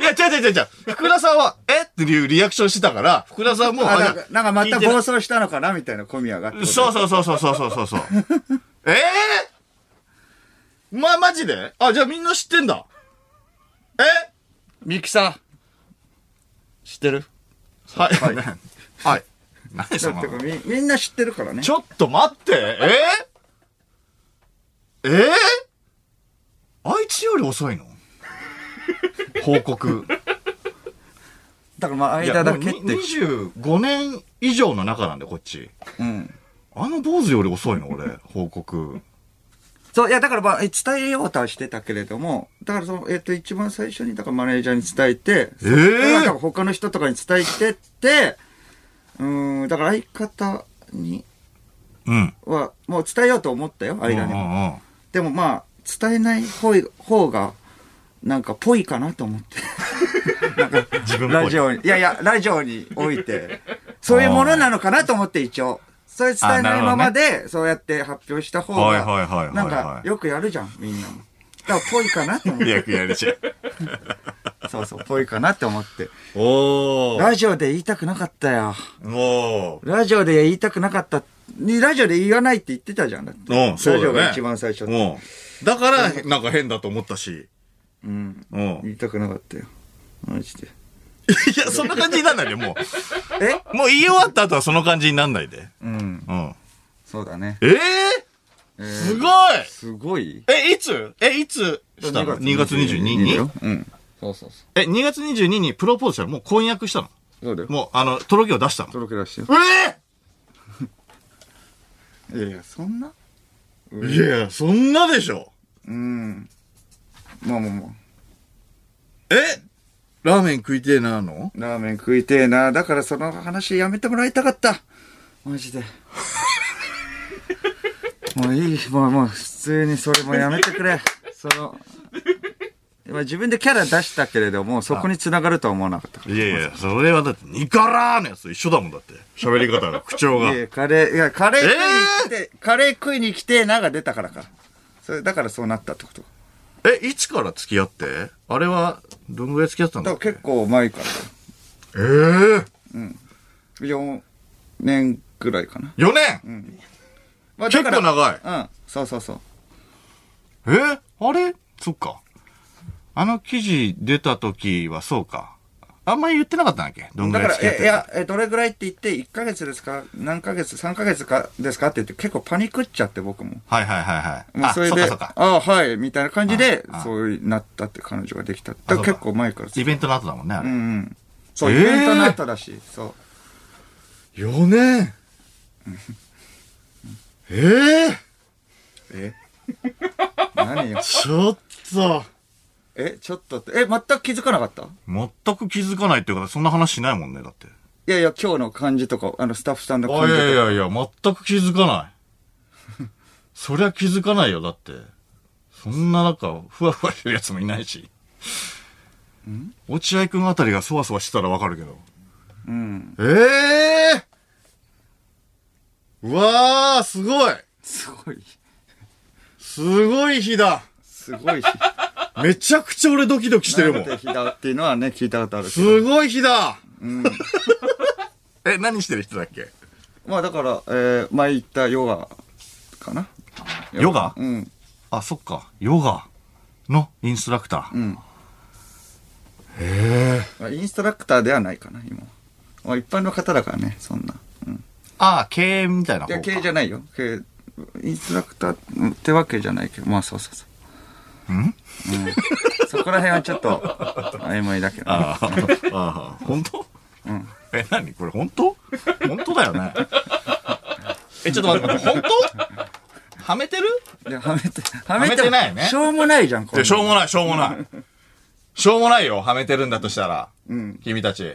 S1: いや、違う違う違う違う。福田さんは、えっていうリアクションしてたから、福田さんも、
S2: あ
S1: じゃ
S2: な
S1: あ
S2: んかなんかまた
S1: 聞いて
S2: 暴
S1: な
S2: 走したのかなみたいな小宮がってこと。
S1: そうそうそうそうそうそうそうそ う。ええま、マジであ、じゃあみんな知ってんだ。え
S2: ミキさん。知ってる
S1: はい。はい。 はい。何
S2: だ
S1: そ
S2: っ
S1: の
S2: て。みみんな知ってるからね。
S1: ちょっと待って、えー、えー、あいつより遅いの報 告。
S2: だからまあ
S1: いや、
S2: 間
S1: もう
S2: だけって。
S1: 25年以上の中なんで、こっち。
S2: うん。
S1: あの坊主より遅いの、俺、報 告。
S2: そう、いやだからまあえ伝えようとはしてたけれども、だからその、えっ、と一番最初にだからマネージャーに伝えて、
S1: え
S2: なんか
S1: ー、
S2: 他の人とかに伝えてって、うーん、だから相方に
S1: うん。
S2: は、もう伝えようと思ったよ、間に
S1: う
S2: も。
S1: んうんうん
S2: でもまあ、伝えない方い方が、なんかぽいかなと 思って。
S1: 自分っぽい
S2: ラジオに、いやいや、ラジオにおいて、そういうものなのかなと思って一応。それ伝えないままで、そうやって発表した方
S1: はいはいはいはいは
S2: が、
S1: い
S2: なんか、よくやるじゃん、みんなも。だから、ぽいかなと思っ
S1: い
S2: て。
S1: や、やれちゃう。
S2: そうそう、ぽいかなって思って。
S1: おー。
S2: ラジオで言いたくなかったよ。
S1: おー。
S2: ラジオで言いたくなかった。にラジオで言わないって言ってたじゃん。だって
S1: うん、そうだよね。
S2: ラジオが一番最初
S1: うん。だから、なんか変だと思ったし。
S2: うん。
S1: うん。い
S2: 言いたくなかったよ。マジで。
S1: や、そんな感じになんないで、も
S2: え
S1: う。もう言い終わった後はその感じになんないで。
S2: うん。
S1: うん。
S2: そうだね。
S1: ええー、
S2: えー
S1: すごい
S2: すごい。
S1: え、いつえ、いつしたの ?2 月22日に
S2: だようん。そうそうそ
S1: え、2月22日にプロポーズしたのもう婚約したの
S2: う。そうだよ。
S1: もう、あの、とろけを出したの
S2: とろけ出してよ。
S1: え
S2: いやいや、そんな
S1: えいやいや、そんなでしょ。
S2: うん。まあまあまあ。
S1: えラーメン食いてえなの
S2: ラーメン食いてえな。だからその話やめてもらいたかった。マ ジで。もういい。もうもう普通にそれもやめてくれ。その、今自分でキャラ出したけれども、そこに繋がるとは思わなかった。
S1: いやいや、それはだって、ニカラーのやつと一緒だもんだって。喋り方が、口調が。
S2: いや、カレー、いや、カレー食いに来て、カレー食いに来てえなが出たからか。それ、だからそうなったってこと。
S1: え、いつから付き合ってあれは、どんぐらい付き合ってたんだ
S2: だ
S1: っ
S2: から
S1: け
S2: 結構前から。
S1: えー、
S2: 4年くらいかな。
S1: !4 年、
S2: まあ
S1: 結構長い。
S2: うん。そうそうそう。
S1: えあれそっか。あの記事出た時はそうか。あんまり言ってなかったんだっけどんぐ
S2: だ
S1: ら
S2: か
S1: い
S2: ら、
S1: 付き合っ
S2: え、
S1: て
S2: い
S1: た
S2: や、え、どれぐらいって言って、1ヶ月ですか何ヶ月 ?3 ヶ月かですかって言って、結構パニックっちゃって、僕も。
S1: はいはいはいはい。
S2: もう
S1: あ、
S2: そ
S1: そ
S2: れ
S1: っか
S2: で、
S1: そっか。
S2: あはい、みたいな感じで
S1: ああ、
S2: そうなったって彼女ができた。だから
S1: そうか
S2: 結構前からです
S1: イベントの後だもんね、あ
S2: う
S1: れ。
S2: んうん。そう、
S1: え
S2: イ
S1: ー
S2: ベントの後だし、そう。
S1: 4年ええ
S2: え 何よ。
S1: ちょっと。
S2: え、ちょっとって、え、全く気づかなかったい
S1: 全く気づかないっていうか、そんな話しないもんね、だって。
S2: やいや、今日の感じとか、あの、スタッフさんの
S1: あ、
S2: 感
S1: い
S2: じとか。
S1: やいやいや、全く気づかない。 そりゃ気づかないよ、だって。そんななんか、ふわふわしてるやつもいないし。落合くんあたりがそわそわしてたらわかるけど。
S2: うん。
S1: ええうわあ、すごい
S2: す ごい。
S1: すごい日だ
S2: すごいし。
S1: めちゃくちゃ俺ドキドキしてるもん
S2: なん。て日だっていうのはね、聞いたことあるけど。
S1: すごい日だ、 え、何してる人だっけ
S2: まあだから、えー、前言ったヨガかな。
S1: ヨガ
S2: うん。
S1: あ、そっか。ヨガのインストラクター。
S2: うん。
S1: へえ。
S2: インストラクターではないかな、今は。まあ一般の方だからね、そんな。うん。
S1: ああ、経営みたいない方
S2: や、
S1: か。
S2: 系じゃないよ。系、インストラクターってわけじゃないけど、まあそうそうそう。
S1: ん
S2: うん、そこら辺はちょっと曖昧だけど、ね、
S1: ああ、ああ、本当
S2: うん。
S1: え、何これ本当本当だよね。え、ちょっと待って待って、本当はめてる
S2: ではめて、は
S1: めて
S2: も
S1: ないよね
S2: しょうもないじゃん、こ
S1: いや、
S2: れ。
S1: しょうもない、しょうもない。しょうもないよ、はめてるんだとしたら。
S2: うん。
S1: 君たち。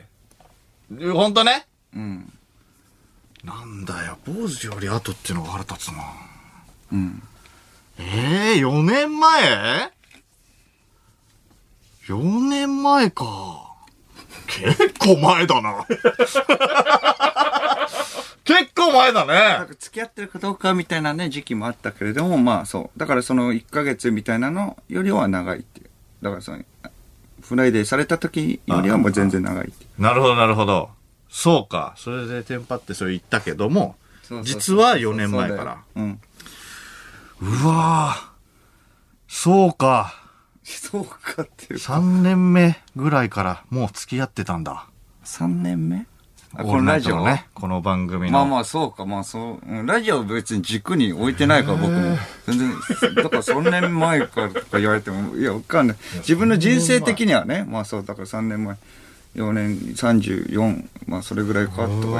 S1: 本当ね
S2: うん。
S1: なんだよ、坊主より後ってのが腹立つな。
S2: うん。
S1: ええー、4年前 ?4 年前か。結構前だ な。結構前だ
S2: なん
S1: ね。
S2: か付き合ってるかどうかみたいなね、時期もあったけれども、まあそう。だからその1ヶ月みたいなのよりは長いっていう。だからその、フライデーされた時よりはもう全然長いっていう。
S1: なるほど、なるほど。そうか。それでテンパってそれ言ったけども、
S2: そうそうそう
S1: 実は4年前から。。
S2: うん。
S1: うわぁ。そうか。
S2: そうかっていうか。
S1: 3年目ぐらいからもう付き合ってたんだ。
S2: 3年目あ、
S1: オー
S2: こ
S1: ル
S2: の
S1: ナ
S2: ラ
S1: イト
S2: ジ
S1: の
S2: オ
S1: ね。この番組の。
S2: まあまあそうか、まあそう。うんラジオ別に軸に置いてないから僕も。全然、だから3年前からとか言われても、いや、わかんない。自分の人生的にはね、まあそう、だから3年前、4年、34、まあそれぐらいかとかいうの
S1: うわー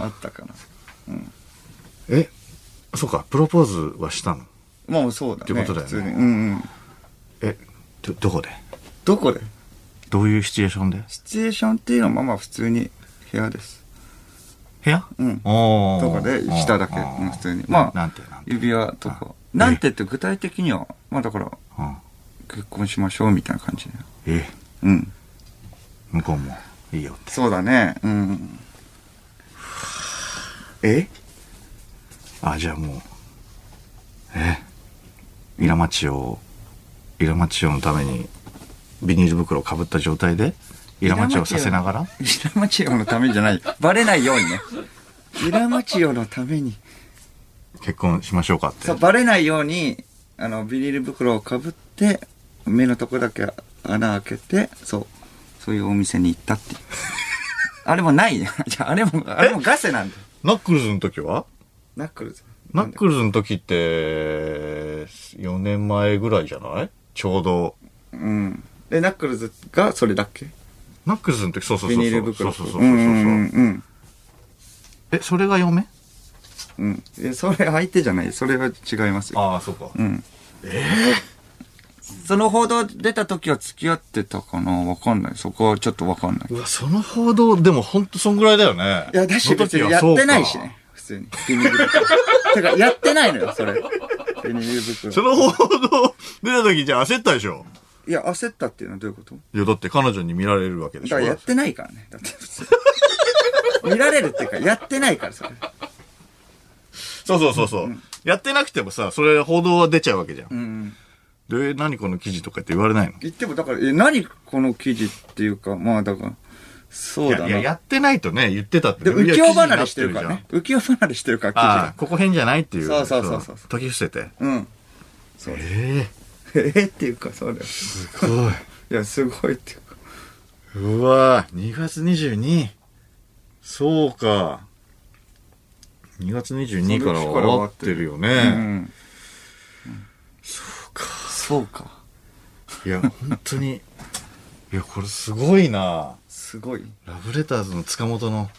S2: があったかな。
S1: え、そうか。プロポーズはしたの
S2: まあそうだね。
S1: ってことだよね
S2: 普通にうんうん。
S1: え、ど、どこで
S2: どこで
S1: どういうシチュエーションで
S2: シチュエーションっていうのはまあまあ普通に部屋です。
S1: 部屋
S2: うん
S1: おー
S2: とかでしただ
S1: お
S2: け。
S1: ー
S2: うん普通に。
S1: な
S2: ま
S1: な
S2: あ
S1: んて、なんて。
S2: 指輪とか。なんてって具体的には、まあだから、
S1: うん
S2: 結婚しましょうみたいな感じだよ。
S1: え、
S2: うん。
S1: 向こうも、いいよって。
S2: そうだね。うん。え
S1: あ、じゃあもう、え、イラマチを、イラマチオのために、ビニール袋をかぶった状態で、イラマチオをさせながら
S2: イラマチオのためじゃない。バレないようにね。イラマチオのために。
S1: 結婚しましょうかって
S2: そう、。バレないように、あの、ビニール袋をかぶって、目のとこだけ穴開けて、そう、そういうお店に行ったっていう。あれもないね。じゃあ、あれも、あれもガセなんだよ。
S1: ナックルズの時は
S2: ナックルズ。
S1: ナックルズの時って、4年前ぐらいじゃないちょうど。
S2: うん。で、ナックルズがそれだっけ
S1: ナックルズの時、そうそう
S2: ビ
S1: そう
S2: ニール
S1: そう。そ
S2: 袋。
S1: うそうそうそう
S2: う
S1: そ
S2: ん
S1: う
S2: うんうん。
S1: え、それが嫁
S2: うん。え、それ相手じゃない。それは違いますよ。
S1: ああ、そうか。
S2: うん。その報道出た時は付き合ってたかなわかんない。そこはちょっとわかんない。
S1: うわ、その報道、でもほんとそんぐらいだよね。
S2: いや、だし別にやってないしね。普通に。ビニール袋。てか、やってないのよ、それ。ビニール袋。
S1: その報道出た時じゃあ焦ったでしょ
S2: いや、焦ったっていうのはどういうこと
S1: いや、だって彼女に見られるわけで
S2: だ
S1: し
S2: か
S1: ょ
S2: らやってないからね。だって普通に見られるっていうか、やってないから、それ。
S1: そうそうそうそう。やってなくてもさ、それ報道は出ちゃうわけじゃん。
S2: うん。
S1: で、何この記事とかって言われないの
S2: 言っても、だから、え、何この記事っていうか、まあだから、そうだ
S1: いや、いやや
S2: な。
S1: ってないとね、言ってたって。
S2: で、
S1: いや
S2: 浮世離れしてるから。
S1: 記事にな
S2: ね。浮世離れしてるから、記事
S1: あ
S2: が
S1: あ、ここ変じゃないっていう。
S2: そうそうそうそう
S1: 解き伏せて。
S2: うん。
S1: え
S2: え えっていうか、そうだよ。
S1: えすごい。
S2: いや、すごいっていうか。
S1: うわぁ、2月22。そうか。2月22から
S2: その
S1: 終
S2: 日から終
S1: わ
S2: わっ
S1: ってて
S2: る
S1: るよ
S2: う
S1: ね。
S2: ん。そうか。そうか。
S1: いや、本当に。いや、これすごいな
S2: すごい。
S1: ラブレターズの塚本の、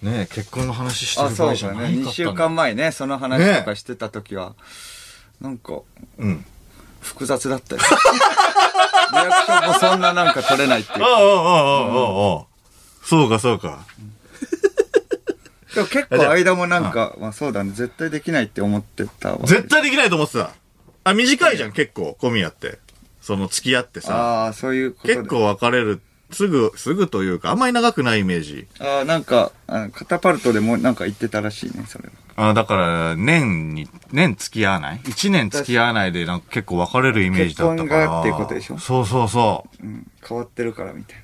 S1: ねえ結婚の話して
S2: あ、
S1: る場
S2: そ
S1: 合
S2: う
S1: じゃ
S2: だ
S1: な
S2: ね。
S1: いかったんだ
S2: 2週間前ね、その話とかしてた時は、なんか、
S1: うん。
S2: 複雑だったよ。 リアクションもそんななんか取れないっていう
S1: ああ、ああ、ああ、
S2: か。
S1: ああ。そうか、そうか。
S2: でも結構間もなんか、まあそうだね、絶対できないって思ってたわ。
S1: 絶対できないと思ってた。あ、短いじゃん、結構、小宮って。その、付き合ってさ。
S2: ああ、そういうことで。
S1: 結。構別れる。すぐ、すぐというか、あんまり長くないイメージ。
S2: ああ、なんか、あのカタパルトでもなんか言ってたらしいね、それは。
S1: あだから、年に、年付き合わない ?1 年付き合わないで、なんか結構別れるイメージだったから。
S2: 結婚がっていうことでしょ
S1: そうそうそう。
S2: うん、変わってるからみたいな。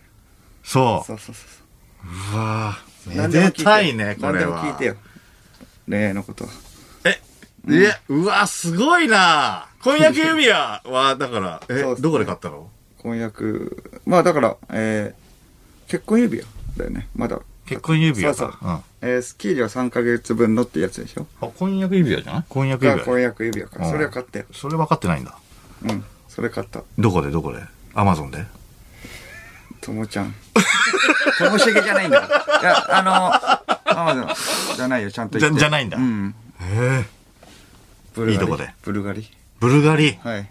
S1: そ。
S2: そうそうそうそう
S1: うわ
S2: う。
S1: ぁ。めでたいね、こ
S2: 何
S1: れ
S2: でも
S1: は。
S2: 聞いてよ。恋愛のことは。
S1: え、いや、うわ、すごいな婚約指輪は、だから、え、
S2: そうっすね
S1: どこで買ったの
S2: 婚約、まあだから、えー、結婚指輪だよね、まだ。
S1: 結婚指輪か
S2: そうそう。
S1: うん
S2: えー、スキーは3ヶ月分のってやつでしょ
S1: あ、婚約指輪じゃない婚約指
S2: が
S1: 輪。
S2: 婚約指輪か
S1: う
S2: ら。
S1: ん
S2: それは買ったよ。
S1: それ分かってないんだ。
S2: うん。それ買った。
S1: どこでどこでアマゾンで
S2: ともちゃ ん。ともしげじゃないんだよ。いや、あの、アマゾンじゃないよ、ちゃんと言って
S1: じゃじゃないんだ
S2: うん。
S1: へえ。
S2: ブルガリ。
S1: いいとこで
S2: ブルガリ。
S1: ブルガリ。
S2: はい。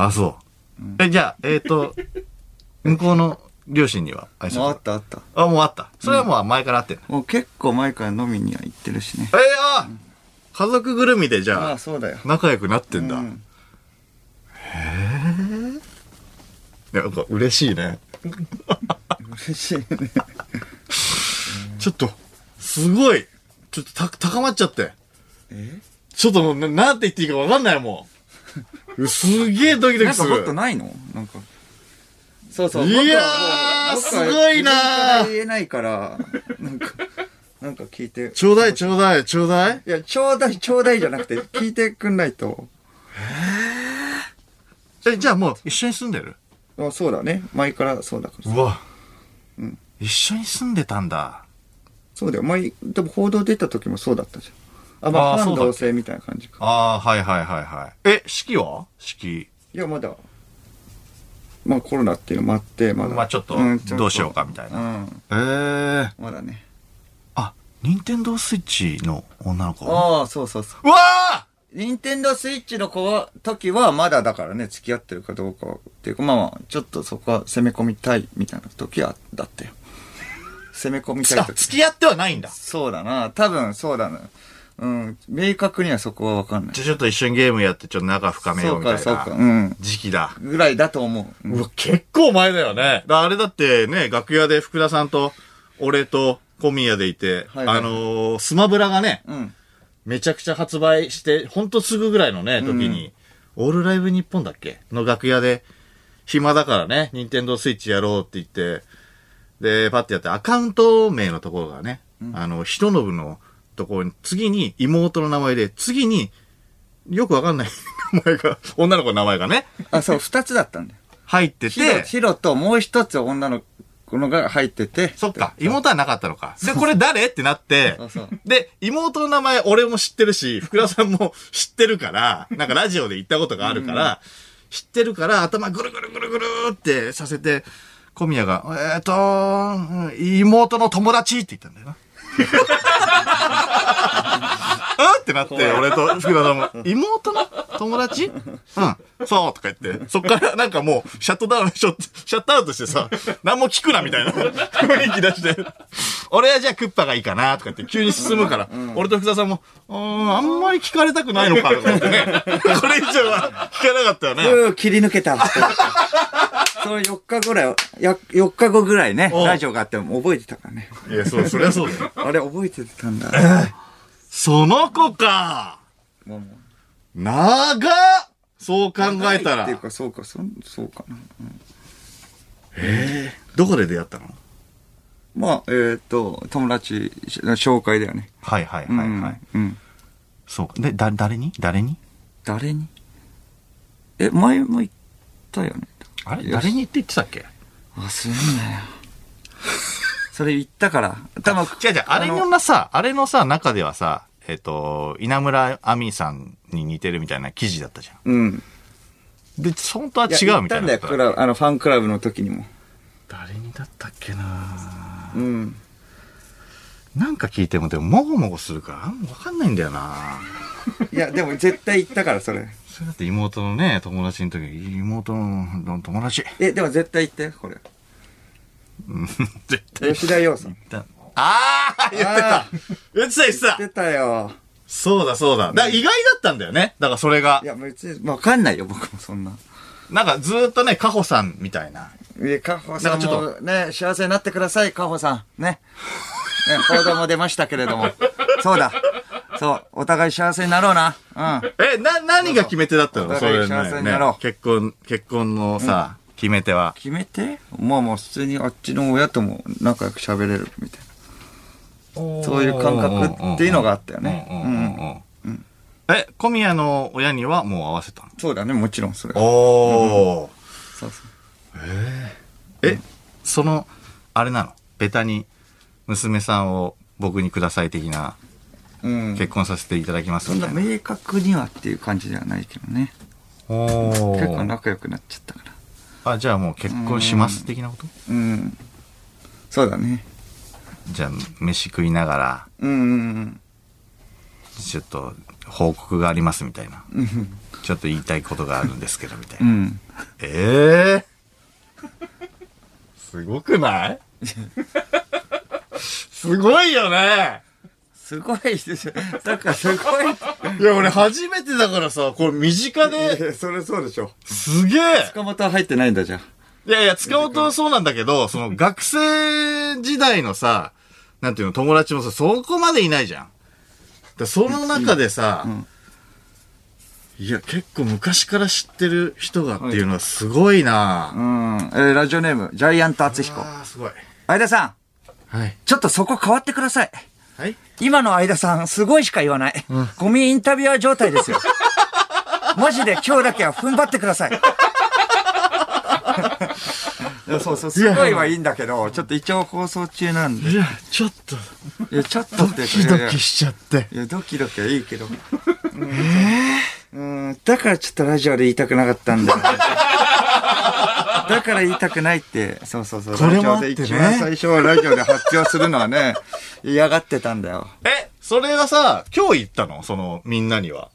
S1: あ、そう。え、じゃあ、えっ、 と、向こうの両親には挨拶
S2: もうあったあった。
S1: あ、もうあった。それはもう前からあってんだ
S2: もう結構前から飲みには行ってるしね。
S1: えー、あ家族ぐるみでじ
S2: ま
S1: ゃ
S2: あ
S1: あ、
S2: そうだよ。
S1: 仲良くなってんだ。
S2: う
S1: へ
S2: ん
S1: え。なんか嬉しいね。
S2: 嬉しいね。
S1: ちょっと、すごい。ちょっとた高まっちゃって。
S2: え
S1: ちょっともうな、なんて言っていいかわかんないも ん。うすげえドキド
S2: な
S1: キ
S2: ん
S1: す
S2: か
S1: る。
S2: もっとないのなんか。そうそう。
S1: いやー
S2: 僕はもう
S1: すごいなー
S2: 僕は自分から言えないから、なんか、なんか聞いて。
S1: ちょうだい、ちょうだい、ちょうだい。
S2: いや、ちょうだい、ちょうだいじゃなくて、聞いてくんないと。
S1: え、じゃあもう一緒に住んでる
S2: あそうだね。前からそうだから。
S1: うわ。一緒に住んでたんだ。
S2: そうだよ。前、でも報道出た時もそうだったじゃん。あ、まあ、
S1: あー
S2: 反
S1: そうだ
S2: 同
S1: っけ
S2: 性みたいな感じか。
S1: ああ、はいはいはいはい。え、式は式。
S2: いや、まだ、まあコロナっていうのもあって、まだ。
S1: まあちょっと
S2: ん、
S1: どうしようかみたいな。
S2: うん。
S1: ええー。
S2: まだね。
S1: あ、任天堂スイッチの女の子。うわ
S2: ああ、そうそうそう。
S1: あ
S2: ニンテンドースイッチの子は、時はまだだからね、付き合ってるかどうかっていうか、まあまあ、ちょっとそこは攻め込みたいみたいな時は、だったよ。攻め込みたい
S1: あ
S2: 時。
S1: 付き合ってはないんだ。
S2: そうだな。多分そうだな。うん。明確にはそこはわかんない。
S1: じゃあちょっと一緒にゲームやって、ちょっと仲深めよ
S2: そうう
S1: みたい
S2: か、
S1: な。
S2: そうか。うん。
S1: 時期だ。
S2: ぐらいだと思う。うん
S1: うわ、結構前だよね。だあれだってね、楽屋で福田さんと、俺と、小宮でいて、
S2: はいはい
S1: あのースマブラがね、
S2: うん。
S1: めちゃくちゃ発売して、ほんとすぐぐらいのね、時に、オールライブ日本だっけの楽屋で、暇だからね、任天堂スイッチやろうって言って、で、パッてやって、アカウント名のところがね、あの、ひとのぶのところに、次に妹の名前で、次に、よくわかんない 名前が、女の子の名前がね、
S2: あ、そう、二つだったんだよ。
S1: 入って
S2: ヒロ、
S1: て、
S2: ヒロともう一つ女の子のが入ってて。
S1: そっか、妹はなかったのか。で、これ誰ってなって
S2: そうそう、
S1: で、妹の名前俺も知ってるし、福田さんも知ってるから、なんかラジオで言ったことがあるから、知ってるから頭ぐるぐるぐるぐるってさせて、小宮が、えーとうん妹の友達って言ったんだよな。うんってなって、俺と福田さんも、妹の友達うん、そうとか言って、そっからなんかもう、シャットダウン、ショシャットアウトしてさ、何も聞くなみたいな雰囲気出して、俺はじゃあクッパがいいかなとか言って急に進むから、俺と福田さんも、うーん、あんまり聞かれたくないのかとか言ってね、これ以上は聞かなかったよね。
S2: うん、切り抜けた。 その4日ぐらい、や4日後ぐらいね、
S1: おう
S2: ラジオがあっても覚えてたからね。
S1: いや、そう、そりゃそうだよ。
S2: あれ覚えてたんだ。
S1: その子か
S2: もうも
S1: 長っそう考
S2: う
S1: えた
S2: っ
S1: ら
S2: てい。うか、そうか、そんそうかな。
S1: どこで出会ったの
S2: まあ、えっ、と、友達の紹介だよね。
S1: はいはい
S2: うん
S1: はいはい。。
S2: うん。
S1: そうか。で、だ、誰に誰に
S2: 誰にえ、前も言ったよね。
S1: あれ
S2: よし
S1: 誰にって言ってたっけ
S2: 忘れんなよ。 それ言ったから。多分
S1: 違う違う、あれ
S2: の
S1: のなさ、あれのさ、中ではさ、えっ、と、稲村亜美さんに似てるみたいな記事だったじゃ
S2: うん。
S1: ん。で、本当は違うみたいな。
S2: や言ったんだよ、クラブ、あの、ファンクラブの時にも。
S1: 誰にだったっけな
S2: うん。
S1: なんか聞いても、でも、もごもごするから、あんまわかんないんだよない
S2: や、でも絶対言ったから、それ。
S1: それだって妹のね、友達の時、妹の友達。
S2: え、でも絶対言ったよ、これ。
S1: うん絶対。
S2: 吉田洋 さん。
S1: ああ言ってた
S2: あ
S1: 言ってた言ってた
S2: 出たよ。
S1: そうだそうだ。だから意外だったんだよね。だからそれが
S2: い。や、別に、わかんないよ、僕もそんな。
S1: なんかずーっとね、カホさんみたいな。
S2: え、カホさん
S1: なん
S2: もね、幸せになってください、カホさん。 ね。ね、報道も出ましたけれども。そうだ。そう、お互い幸せになろうな。うん。
S1: え、な、何が決め手だった
S2: そ
S1: の
S2: う
S1: それ
S2: お互い幸せ
S1: ね
S2: になろう
S1: ね結婚、結婚のさ、決め手は。
S2: 決めてまあまあ、普通にあっちの親とも仲良く喋れるみたいそういう感覚っていうのがあったよね
S1: うんうんうんうんえ、小宮の親にはもう合わせたの
S2: な。そうだね、もちろんそれは。
S1: おー。
S2: そうそう。
S1: え、その、あれなのベタに、娘さんを僕にください的な、
S2: うん。
S1: 結婚させていただきます
S2: そん
S1: み
S2: な
S1: たいな。
S2: 明確にはっていう感じではないけどね。
S1: お
S2: 結構
S1: ー。
S2: 仲良くなっちゃったから。
S1: あ、じゃあもう結婚します的なこと
S2: うん。そうだね。
S1: じゃあ、飯食いながら、
S2: うんうん
S1: ちょっと報告がありますみたいな。
S2: うん。うん
S1: ちょっと言いたいことがあるんですけど、みたいうな。
S2: ん。
S1: ええすごくない すごいよね
S2: すごいですだからすごい。
S1: いや、俺初めてだからさ、これ身近で、
S2: それそうでしょ。
S1: すげえ
S2: 塚本は入ってないんだじゃん。
S1: いやいや、塚本はそうなんだけど、その学生時代のさ、なんていうの、友達もさ、そこまでいないじゃん。だからその中でさ、
S2: ん
S1: いや、結構昔から知ってる人がっていうのはすごいな
S2: うん。えーラジオネーム、ジャイアント厚彦。
S1: ああ、すごい。
S2: 相田さん、
S1: はい。
S2: ちょっとそこ変わってください。
S1: はい
S2: 今の相田さん、すごいしか言わない。ゴミインタビュアー状態です よ。マジで今日だけは踏ん張ってください。いやそうそう、すごいはいいんだけど、ちょっと一応放送中なんで。
S1: いや、ちょっと、
S2: いや、ちょっとって
S1: ド
S2: いうか
S1: キド
S2: いやいや
S1: キしちゃって。
S2: いや、ドキドキはいいけど。うん、だからちょっとラジオで言いたくなかったんだよ。だから言いたくないって、そうそうそう。
S1: これもあってね
S2: ラジオで一番最初はラジオで発表するのはね、嫌がってたんだよ。
S1: え、それがさ、今日言ったのその、みんなには。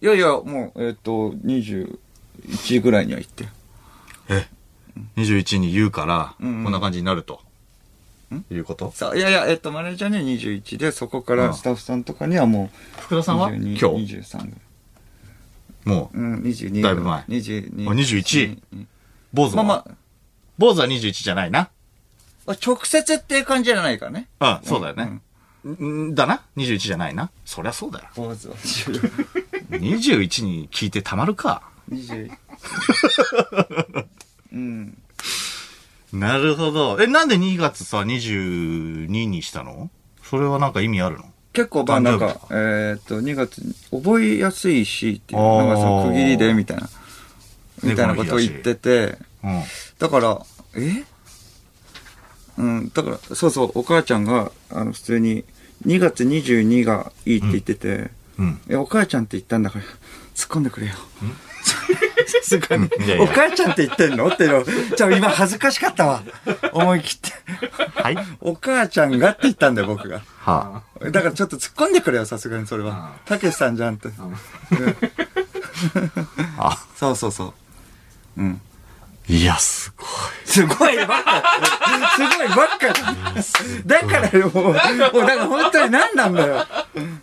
S2: いやいや、もう、えっ、と、21ぐらいには行って。
S1: え、21に言うから、
S2: うんうん
S1: こんな感じになると。いうこと
S2: さあ、いやいや、えっ、と、マネージャーには21で、そこからスタッフさんとかにはも
S1: 福田
S2: う
S1: さんは今
S2: 22、
S1: 日。
S2: 23ぐらい。
S1: もう、
S2: うん、22
S1: だいぶ前
S2: 22。
S1: あ21
S2: うん
S1: 坊主
S2: まあ
S1: は、
S2: まあ、
S1: 坊主は21じゃないな。
S2: 直接っていう感じじゃないからね。
S1: あそうだよね。んだな ?21 じゃないな。そりゃそうだよ。
S2: 坊主は。
S1: 21に聞いてたまるか。
S2: 20うん。
S1: なるほど。え、なんで2月さ、22にしたのそれはなんか意味あるの
S2: 結構、まあ
S1: 誕
S2: なん
S1: 生日
S2: か、えーっと、2月に覚えやすいしっていう、
S1: あー
S2: なんかその区切りでみたいな、みたいなことを言ってて、
S1: うん。
S2: だから、えうん、だから、そうそう、お母ちゃんが、あの、普通に、2月22がいいって言ってて、
S1: うん。
S2: え、お母ちゃんって言ったんだから、突っ込んでくれよ。すごいね
S1: いやいや
S2: お母ちゃんって言ってんのっての。じゃあ今恥ずかしかったわ。思い切って。
S1: はい。は
S2: お母ちゃんがって言ったんだよ、僕が。
S1: あ。
S2: だからちょっと突っ込んでくれよ、さすがにそれは。たけしさんじゃんって。
S1: あ、
S2: そうそうそう。うん。
S1: いや、すごい。
S2: すごいばっか。すごいばっか。だからよ、もう、もうだから本当に何なんだよ。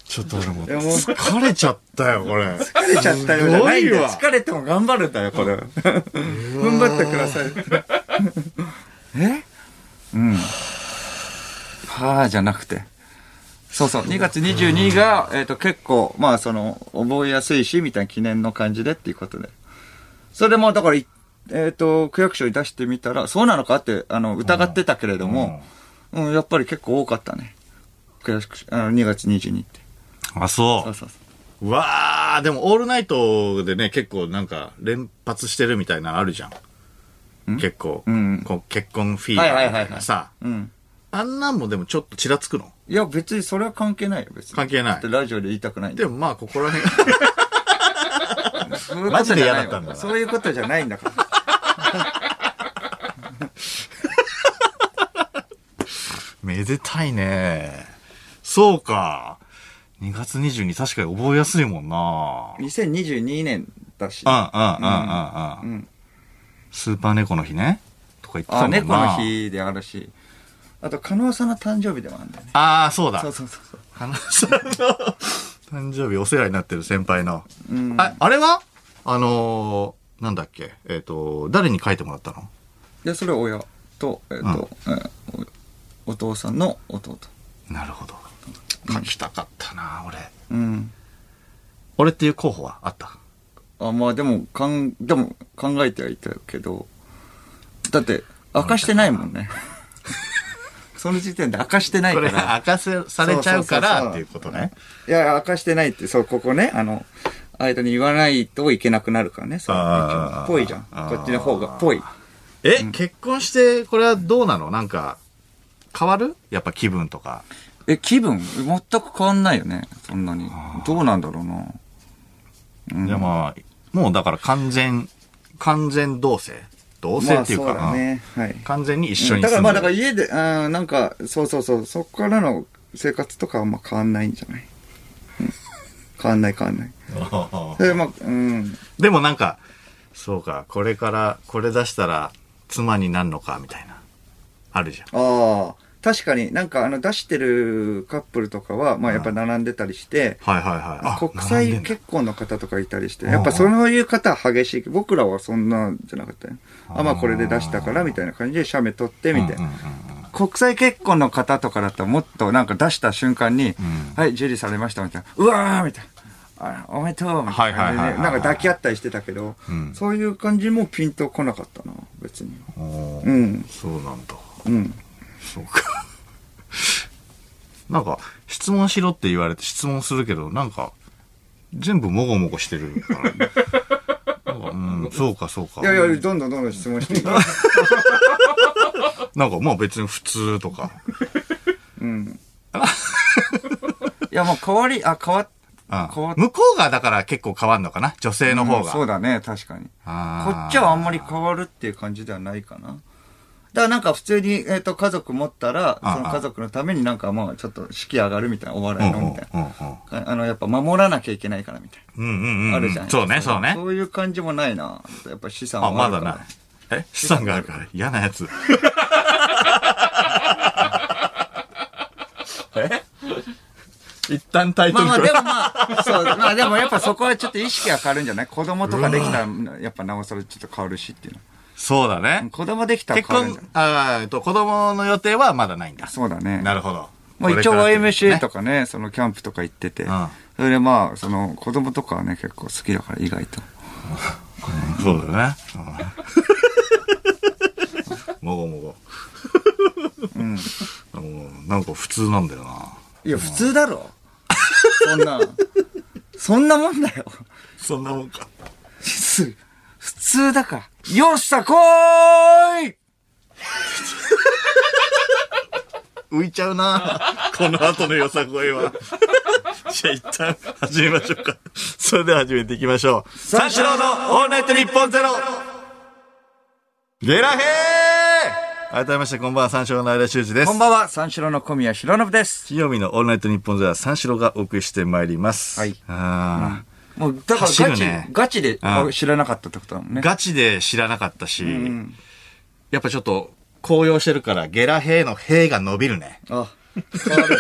S1: ちょっと俺も
S2: やもう
S1: 疲れちゃったよ、これ。
S2: 疲れちゃったよじゃないんだよ。
S1: す
S2: 疲れても頑張るんだよ、これ。踏ん張ってください。えうん。はあじゃなくて。そうそう。2月22が、えっ、と、結構、まあ、その、覚えやすいし、みたいな記念の感じでっていうことで。それも、だから、いえっ、と、区役所に出してみたら、そうなのかって、あの、疑ってたけれども、うん、やっぱり結構多かったね。区役所、あの、2月22って。
S1: あ、そ
S2: そう
S1: う。
S2: そうそう。
S1: うわあ、でもオールナイトでね、結構なんか連発してるみたいなのあるじゃん。結構、
S2: うん
S1: こう結婚フィーバーみ
S2: はい
S1: た
S2: はい
S1: い
S2: はいはい
S1: なさ。
S2: うん。
S1: あんなんもでもちょっとちらつくの
S2: いや、別にそれは関係ないよ、別に。
S1: 関係ない
S2: だってラジオで言いたくないんだ
S1: で
S2: よ。
S1: もまあ、ここら辺。
S2: そういうこと
S1: マジで
S2: じゃ
S1: 嫌
S2: ない
S1: だったんだな
S2: そういうことじゃないんだ から。
S1: めでたいね。そうか。2月22確かに覚えやすいもんな。うん
S2: 2022年だし。
S1: うんうんうん
S2: う
S1: うんん。スーパー猫の日ね。とか言ってた
S2: あ、
S1: もんな。
S2: 猫の。日であるし。あと、加納さんの誕生日でもあるんだよね。
S1: ああ、そうだ。
S2: そうそうそうそう。
S1: 花さんの 誕生日お世話になってる先輩の。
S2: うん。
S1: ああれはあのー、なんだっけえっ、と、誰に書いてもらったの
S2: で、それを親と、えっ、と、えーおお父さんの弟。
S1: なるほど。書きたかったな、俺。
S2: うん。
S1: 俺っていう候補はあった。
S2: あ、まあでも、かん、でも、考えてはいたけど、だって、明かしてないも んね。その時点で明かしてない
S1: こ
S2: か
S1: れ
S2: ら。
S1: 明かせされちゃうか
S2: そうそうそうそう
S1: らっていうことね。
S2: いや、明かしてないって、そう、ここね、あの、間に言わないといけなくなるからね、そう。
S1: あー
S2: ぽいじゃん。
S1: あ
S2: こ
S1: ー
S2: っちの方が、ぽい。
S1: え、結婚して、これはどうなのなんか、変わるやっぱ気分とか。
S2: え、気分全く変わんないよね、そんなに。どうなんだろうな。うん
S1: でまあ、もうだから完全、完全同棲同棲っていうか、
S2: まあ、そうだね。はい。
S1: うん完全に一緒
S2: うん
S1: に
S2: だか
S1: 住
S2: ら
S1: ん
S2: ま
S1: で
S2: あ、だから
S1: る。
S2: 家で、うん、なんか、そうそうそう、そこからの生活とかはあんま変わんないんじゃない、うん変わんない変わんない。で、まあ、うん。
S1: でもなんか、そうか、これから、これ出したら、妻になるのか、みたいな。あるじゃん。
S2: ああ、確かになんかあの出してるカップルとかは、まあやっぱ並んでたりして、
S1: はいはいはい。あ
S2: 国
S1: 並
S2: 際
S1: んでんだ
S2: 結婚の方とかいたりして、
S1: うん
S2: やっぱそういう方は激しい。僕らはそんなんじゃなかったよ。あ、まあこれで出したからみたいな感じで写メ撮ってみたい
S1: うんう
S2: な。
S1: んうん
S2: 国際結婚の方とかだったらもっとなんか出した瞬間に、はい、受理されましたみたいな。うわーみたいな。あおめでとうみたいな感じで
S1: はいはいはい
S2: ね。
S1: はいはい
S2: なんか抱き合ったりしてたけど、
S1: うん
S2: そういう感じもピンとこなかったな、別に。
S1: うんお
S2: う
S1: ー
S2: ん、
S1: そうなんだ。
S2: うん。
S1: そうか。なんか、質問しろって言われて質問するけど、なんか、全部もごもごしてるから。なんかうん、そうかそうか。
S2: いやいや、どんどんどんどん質問して。
S1: なんかまあ別に普通とか。
S2: うん。いや、もう変わり、あ、変わっ、変
S1: う
S2: わ
S1: ん、
S2: っ
S1: 向こうがだから結構変わんのかな女性の方
S2: うん
S1: が。
S2: そうだね、確かに。こ
S1: あー
S2: っちはあんまり変わるっていう感じではないかな。だからなんか普通に、えっ、と、家族持ったら、
S1: あ
S2: その家族のためになんかまあちょっと式上がるみたいな、お
S1: うんう
S2: 笑
S1: ん
S2: いのみたい
S1: うんうん
S2: な。あの、やっぱ守らなきゃいけないからみたい
S1: うんうんうん。
S2: な。あるじゃん。
S1: そうね、そうね
S2: そ。ういう感じもないな。やっぱ資産は
S1: あ、まだ
S2: るから
S1: ない。え資産があるから嫌なやつ。 え一旦タイト
S2: まあ
S1: ル
S2: まあ
S1: く
S2: で
S1: らい
S2: もまあ、そう、まあで もやっぱそこはちょっと意識が変わるんじゃない子供とかできたら、やっぱなおさらちょっと変わるしっていうの。
S1: そうだね。
S2: 子供できたら
S1: 結
S2: 変わるん
S1: 婚
S2: じゃない、
S1: あーえっと、子供の予定はまだないんだ。
S2: そうだね。
S1: なるほど。
S2: まあ
S1: これ
S2: 一
S1: か
S2: 応
S1: らっていうことね
S2: YMCA とかね、そのキャンプとか行ってて
S1: うん、
S2: それでまあ、その子供とかはね、結構好きだから意外と。
S1: そうだ ね。うんもごもご。
S2: うん。
S1: うんなんか普通なんだよな。
S2: いや、普通だろ。 そんな。そんなもんだよ。
S1: そんなもんか。
S2: 普通だから。よっしゃ、こーい
S1: 浮いちゃうな この後のよさこいは。 じゃあ一旦始めましょうか。 それでは始めていきましょう。三四郎のオールナイト日本ゼロゲラヘー改めましてこんばんは、三四郎の間修二です。
S2: こんばんは、三四郎の小宮浩信です。
S1: 金曜日のオールナイト日本ゼロは三四郎がお送りしてまいります。
S2: はい
S1: あー
S2: もう、だから
S1: 走
S2: ガ
S1: る
S2: チ、
S1: ね
S2: ガチで
S1: うん
S2: 知らなかったってことだもんね。
S1: ガチで知らなかったし、
S2: うん。
S1: やっぱちょっと高揚してるから、ゲラヘーのヘーが伸びるね。
S2: あ、変わる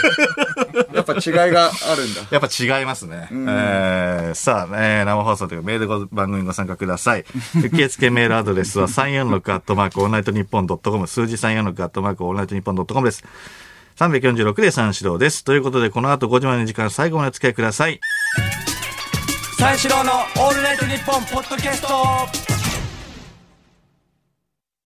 S2: やっぱ違いがあるんだ。
S1: やっぱ違いますね。えーさあ、えー生放送というかメールでご番組にご参加ください。受付メールアドレスは346アットマークオールナイトニッポンドットコム、数字346アットマークオールナイトニッポンドットコムです。346で三四郎です。ということで、この後5時までの時間、最後までお付き合いください。
S2: 三四郎のオールナイトニッポンポッドキャスト